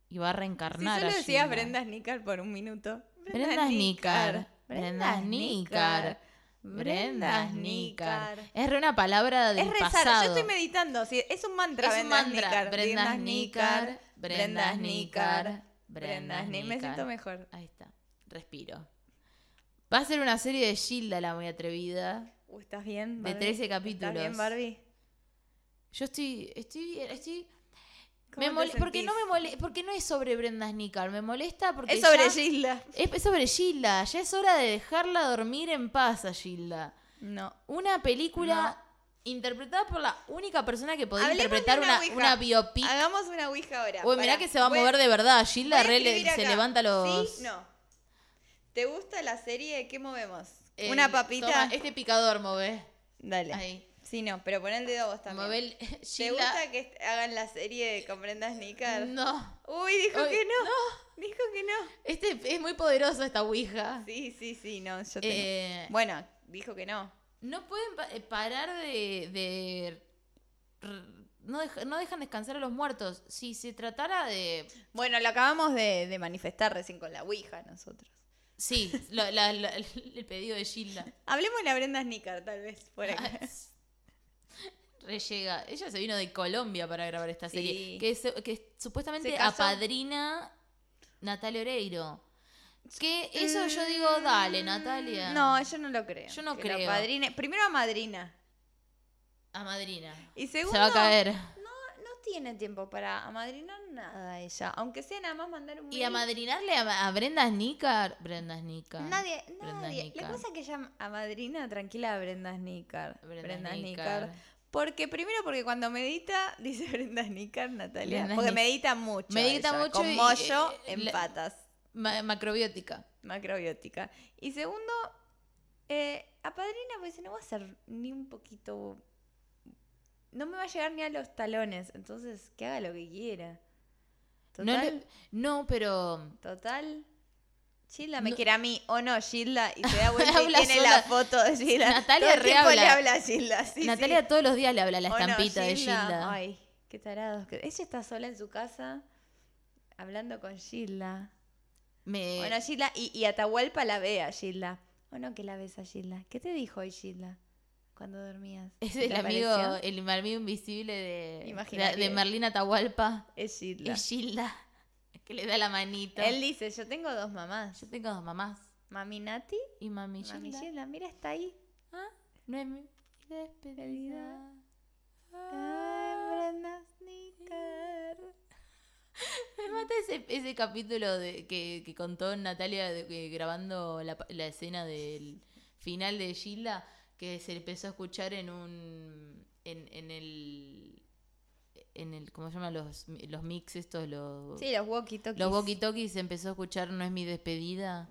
Speaker 1: y va a
Speaker 2: Si
Speaker 1: reencarnar
Speaker 2: solo
Speaker 1: a
Speaker 2: decías
Speaker 1: Gilda.
Speaker 2: Brenda Snicker por un minuto.
Speaker 1: Brenda Snicker. Brenda
Speaker 2: Brenda Snicker.
Speaker 1: Snicker. Brenda Snicker.
Speaker 2: Snicker.
Speaker 1: Es re una palabra del
Speaker 2: Es rezar.
Speaker 1: pasado.
Speaker 2: Yo estoy meditando. sí, es un mantra.
Speaker 1: Es un mantra.
Speaker 2: Snicker,
Speaker 1: Brenda Snicker. Brenda
Speaker 2: Brenda
Speaker 1: Snicker.
Speaker 2: Snicker. Brenda Snicker. Me siento mejor.
Speaker 1: Ahí está. Respiro. Va a ser una serie de Gilda, la muy atrevida.
Speaker 2: Uh, ¿Estás bien?
Speaker 1: De
Speaker 2: Barbie?
Speaker 1: 13
Speaker 2: ¿Estás bien,
Speaker 1: capítulos.
Speaker 2: Barbie?
Speaker 1: Yo estoy. estoy, estoy
Speaker 2: ¿Cómo
Speaker 1: me
Speaker 2: te
Speaker 1: mole- porque no me
Speaker 2: sentís?
Speaker 1: mole- porque no es sobre Brenda Snicker, me molesta porque
Speaker 2: Es sobre
Speaker 1: ya-
Speaker 2: Gilda.
Speaker 1: es es sobre Gilda, ya es hora de dejarla dormir en paz a Gilda.
Speaker 2: No.
Speaker 1: Una película interpretada por la única persona que podía
Speaker 2: Hablemos de
Speaker 1: interpretar una,
Speaker 2: ouija.
Speaker 1: una biopic.
Speaker 2: Hagamos una ouija ahora.
Speaker 1: Uy, mirá que se va a mover de verdad. Gilda re le- se levanta los.
Speaker 2: Sí, no. ¿Te gusta la serie? ¿Qué movemos?
Speaker 1: Eh,
Speaker 2: una papita.
Speaker 1: toma, este picador move.
Speaker 2: Dale.
Speaker 1: Ahí.
Speaker 2: Sí, no, pero pon el dedo vos también.
Speaker 1: Move el- (laughs)
Speaker 2: ¿Te
Speaker 1: Gilda.
Speaker 2: gusta que est- hagan la serie con Brenda Snicker?
Speaker 1: No.
Speaker 2: Uy, dijo
Speaker 1: Uy,
Speaker 2: que no. Dijo que no.
Speaker 1: Este es muy poderoso esta Ouija.
Speaker 2: Sí, sí, sí, no, yo tengo.
Speaker 1: Eh,
Speaker 2: Bueno, dijo que no.
Speaker 1: no pueden pa- eh, parar de. de- r- no, deja- no dejan descansar a los muertos. Si se tratara de.
Speaker 2: Bueno, lo acabamos de, de manifestar recién con la Ouija nosotros.
Speaker 1: Sí, la- la- la- (laughs) el pedido de Gilda.
Speaker 2: Hablemos de la Brenda Snicker, tal vez, por
Speaker 1: Ah,
Speaker 2: acá.
Speaker 1: Re llega. Ella se vino de Colombia para grabar esta
Speaker 2: Sí.
Speaker 1: serie. Que, se- que supuestamente
Speaker 2: Se casó.
Speaker 1: apadrina Natalia Oreiro. Que eso yo digo, dale,
Speaker 2: Mm,
Speaker 1: Natalia.
Speaker 2: No, yo no lo creo.
Speaker 1: Yo no
Speaker 2: Que la
Speaker 1: creo.
Speaker 2: padrine- primero a madrina.
Speaker 1: A madrina.
Speaker 2: Y
Speaker 1: Se
Speaker 2: segundo,
Speaker 1: va a caer.
Speaker 2: no tiene tiempo para amadrinar nada ella. Aunque sea nada más mandar un
Speaker 1: Y a
Speaker 2: mail.
Speaker 1: madrinarle a, a Brenda Snicker. Brenda Snicker.
Speaker 2: Nadie,
Speaker 1: Brenda
Speaker 2: nadie.
Speaker 1: Snicker.
Speaker 2: La cosa es que ella amadrina tranquila a Brenda Snicker.
Speaker 1: Brenda
Speaker 2: Brenda,
Speaker 1: Snicker.
Speaker 2: Snicker. Porque primero porque cuando medita, dice (laughs) Brenda Snicker, Natalia.
Speaker 1: Brenda
Speaker 2: porque
Speaker 1: Snicker.
Speaker 2: medita mucho.
Speaker 1: Medita
Speaker 2: ella,
Speaker 1: mucho y-
Speaker 2: Con mollo
Speaker 1: eh,
Speaker 2: en
Speaker 1: la-
Speaker 2: patas.
Speaker 1: Ma- macrobiótica.
Speaker 2: macrobiótica. Y segundo, eh, a padrina, pues no va a ser ni un poquito. No me va a llegar ni a los talones. Entonces, que haga lo que quiera.
Speaker 1: No,
Speaker 2: Total,
Speaker 1: le- no, pero.
Speaker 2: total. Gilda me
Speaker 1: No-
Speaker 2: quiere a mí, o no, Gilda, y
Speaker 1: (laughs)
Speaker 2: se da vuelta y
Speaker 1: Habla
Speaker 2: tiene
Speaker 1: sola.
Speaker 2: la foto de Gilda.
Speaker 1: Natalia
Speaker 2: Todo el tiempo
Speaker 1: rehabla.
Speaker 2: le habla a Gilda, sí, sí.
Speaker 1: Natalia todos los días le habla a la
Speaker 2: O no,
Speaker 1: estampita de Gilda.
Speaker 2: Ay, qué tarados. que- Ella está sola en su casa hablando con Gilda.
Speaker 1: Me-
Speaker 2: Bueno, Gilda, y, y Atahualpa la ve a Gilda. ¿O no que la ves a Gilda? ¿Qué te dijo hoy Gilda cuando dormías?
Speaker 1: Es
Speaker 2: ¿Te
Speaker 1: el amigo,
Speaker 2: apareció?
Speaker 1: el amigo invisible de, de,
Speaker 2: Imaginario.
Speaker 1: de Merlina Atahualpa
Speaker 2: Es Gilda.
Speaker 1: y Gilda, que le da la manita.
Speaker 2: Él dice, yo tengo dos mamás.
Speaker 1: Yo tengo dos mamás,
Speaker 2: Mami Nati
Speaker 1: y mami
Speaker 2: y
Speaker 1: Gilda.
Speaker 2: mami Gilda. Mira, está ahí.
Speaker 1: Ah, no es mi despedida. Ah,
Speaker 2: Ay, Brenda Snicker.
Speaker 1: Me mata ese, ese capítulo de, que, que contó Natalia de- que grabando la, pa- la escena del final de Gilda, que se empezó a escuchar en un. en, en el. en el. ¿cómo se llama? Los, los mix estos, los.
Speaker 2: Sí, los walkie-talkies.
Speaker 1: Los walkie-talkies se empezó a escuchar No es mi despedida.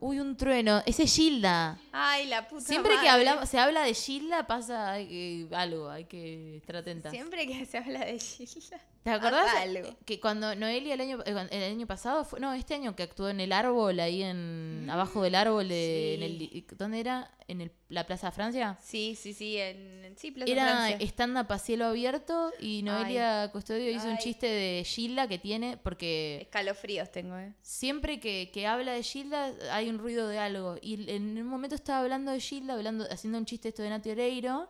Speaker 1: Uy, un trueno. Ese es Gilda.
Speaker 2: Ay, la puta
Speaker 1: Siempre que
Speaker 2: madre.
Speaker 1: hablamos, se habla de Gilda pasa eh, algo. Hay que estar atentas.
Speaker 2: Siempre que se habla de Gilda.
Speaker 1: ¿Te acordás
Speaker 2: Haz algo.
Speaker 1: que cuando Noelia el año, eh, el año pasado, fue- no, este año que actuó en el árbol, ahí en abajo del árbol, de, en
Speaker 2: Mm, sí.
Speaker 1: el, ¿dónde era? ¿En el- la Plaza Francia?
Speaker 2: Sí, sí, sí, en, en sí, Plaza
Speaker 1: Era
Speaker 2: Francia.
Speaker 1: estanda a cielo abierto y Noelia Custodio hizo un
Speaker 2: Ay.
Speaker 1: chiste de Gilda que tiene, porque
Speaker 2: Escalofríos tengo, ¿eh?
Speaker 1: siempre que, que habla de Gilda hay un ruido de algo. Y en un momento estaba hablando de Gilda, hablando, haciendo un chiste esto de Nati Oreiro,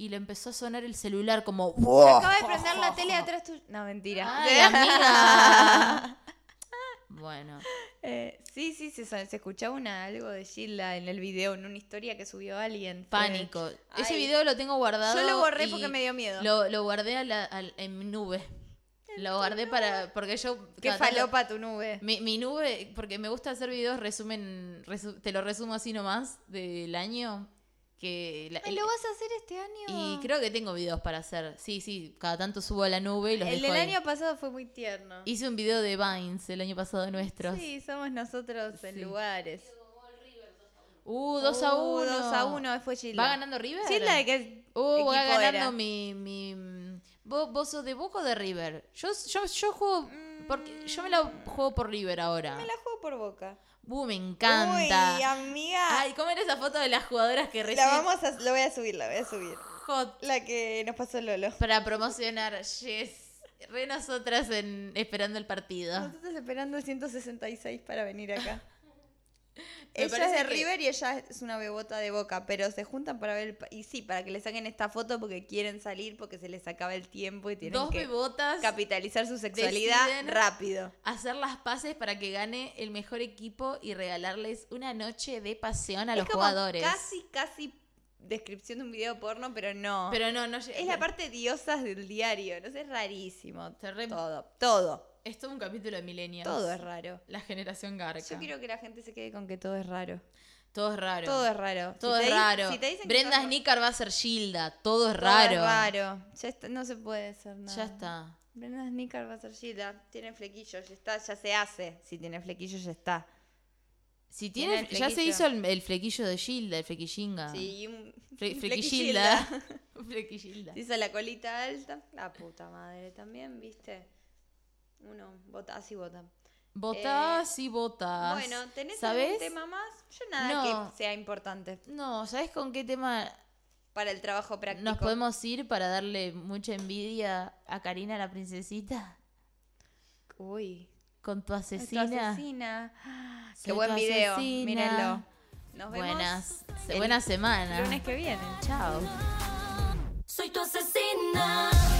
Speaker 1: y le empezó a sonar el celular como
Speaker 2: Se
Speaker 1: "Wow".
Speaker 2: acaba de prender la tele atrás tuya. No, (laughs) mentira.
Speaker 1: ¡Ay, amiga! (laughs) Bueno,
Speaker 2: (laughs) Eh, sí, sí, se, se escuchaba una, algo de Gilda en el video, en una historia que subió alguien. Fue-
Speaker 1: pánico. Ese
Speaker 2: Eh, Ay.
Speaker 1: video lo tengo guardado.
Speaker 2: Yo lo borré
Speaker 1: y
Speaker 2: porque me dio miedo.
Speaker 1: Lo, lo guardé a la- al- en mi nube. Lo guardé para. Porque yo.
Speaker 2: Qué
Speaker 1: cada tanto-
Speaker 2: falopa tu nube.
Speaker 1: Mi, mi nube, porque me gusta hacer videos resumen, resu- te lo resumo así nomás, del año. Que la-
Speaker 2: Ay, ¿Lo vas a hacer este año?
Speaker 1: y creo que tengo videos para hacer. Sí, sí, cada tanto subo a la nube y los
Speaker 2: El
Speaker 1: dejo
Speaker 2: del
Speaker 1: ahí.
Speaker 2: año pasado fue muy tierno.
Speaker 1: Hice un video de Vines el año pasado nuestros.
Speaker 2: Sí, somos nosotros en
Speaker 1: Sí.
Speaker 2: lugares.
Speaker 1: Uh, 2 a 1.
Speaker 2: 2 a 1 fue Gilda.
Speaker 1: ¿Va ganando River?
Speaker 2: Gilda de que
Speaker 1: Uh, va
Speaker 2: equipo era?
Speaker 1: ganando mi, mi. ¿Vos, vos sos de Boca o de River? Yo, yo, yo juego. Porque yo me la juego por River ahora.
Speaker 2: Me la juego por boca.
Speaker 1: Uh, me encanta.
Speaker 2: Uy, amiga.
Speaker 1: Ay, ¿cómo era esa foto de las jugadoras que
Speaker 2: la
Speaker 1: recién
Speaker 2: vamos a, lo voy a subir, la voy a subir.
Speaker 1: hot
Speaker 2: La que nos pasó Lolo.
Speaker 1: para promocionar? Yes. Re nosotras en esperando el partido.
Speaker 2: Nosotros esperando el 166 para venir acá.
Speaker 1: (laughs) Me
Speaker 2: ella es
Speaker 1: parece
Speaker 2: de
Speaker 1: que-
Speaker 2: River y ella es una bebota de boca, pero se juntan para ver el... pa- Y sí, para que le saquen esta foto porque quieren salir, porque se les acaba el tiempo y tienen
Speaker 1: Dos
Speaker 2: que
Speaker 1: bebotas.
Speaker 2: capitalizar su sexualidad
Speaker 1: deciden-
Speaker 2: rápido.
Speaker 1: Hacer las pases para que gane el mejor equipo y regalarles una noche de pasión a los
Speaker 2: es como
Speaker 1: jugadores.
Speaker 2: casi, casi descripción de un video porno, pero no.
Speaker 1: Pero no, no llega-
Speaker 2: es la parte diosas del diario, no sé, es rarísimo.
Speaker 1: Se re-
Speaker 2: Todo, todo,
Speaker 1: Es todo un capítulo de Millennials.
Speaker 2: todo es raro.
Speaker 1: La generación garca.
Speaker 2: Yo quiero que la gente se quede con que todo es raro.
Speaker 1: Todo es raro.
Speaker 2: Todo es raro.
Speaker 1: Todo
Speaker 2: Si
Speaker 1: es
Speaker 2: te di-
Speaker 1: raro.
Speaker 2: si te dicen que
Speaker 1: Brenda
Speaker 2: sos-
Speaker 1: Snicker va a ser Gilda. Todo es
Speaker 2: todo
Speaker 1: raro.
Speaker 2: es raro. Ya está- no se puede hacer nada.
Speaker 1: Ya está.
Speaker 2: Brenda Snicker va a ser Gilda. Tiene flequillos, ya está, ya se hace. Si tiene flequillos, ya está.
Speaker 1: Si
Speaker 2: Tiene
Speaker 1: tiene,
Speaker 2: el
Speaker 1: ya se
Speaker 2: flequillo.
Speaker 1: hizo el, el flequillo de Gilda, el flequillinga.
Speaker 2: Sí, y un...
Speaker 1: Ah. Fle-
Speaker 2: (laughs) un
Speaker 1: flequillilda. (laughs)
Speaker 2: flequillilda. Eh,
Speaker 1: flequillilda.
Speaker 2: Se hizo la colita alta. La puta madre también, ¿viste? Uno vota, así vota.
Speaker 1: Votás y votás.
Speaker 2: Bueno, ¿tenés algún
Speaker 1: ¿Sabes?
Speaker 2: tema más? Yo nada
Speaker 1: No.
Speaker 2: que sea importante
Speaker 1: No, ¿sabes con qué tema
Speaker 2: para el trabajo práctico.
Speaker 1: nos podemos ir para darle mucha envidia a Karina, la princesita?
Speaker 2: Uy.
Speaker 1: Con tu
Speaker 2: nuestra
Speaker 1: asesina.
Speaker 2: asesina. (gasps) Ah, Qué
Speaker 1: Soy
Speaker 2: buen
Speaker 1: tu
Speaker 2: video.
Speaker 1: asesina.
Speaker 2: Mírenlo. Nos vemos.
Speaker 1: Buenas,
Speaker 2: el
Speaker 1: buena semana.
Speaker 2: Lunes que viene.
Speaker 1: Chao.
Speaker 3: Soy tu asesina.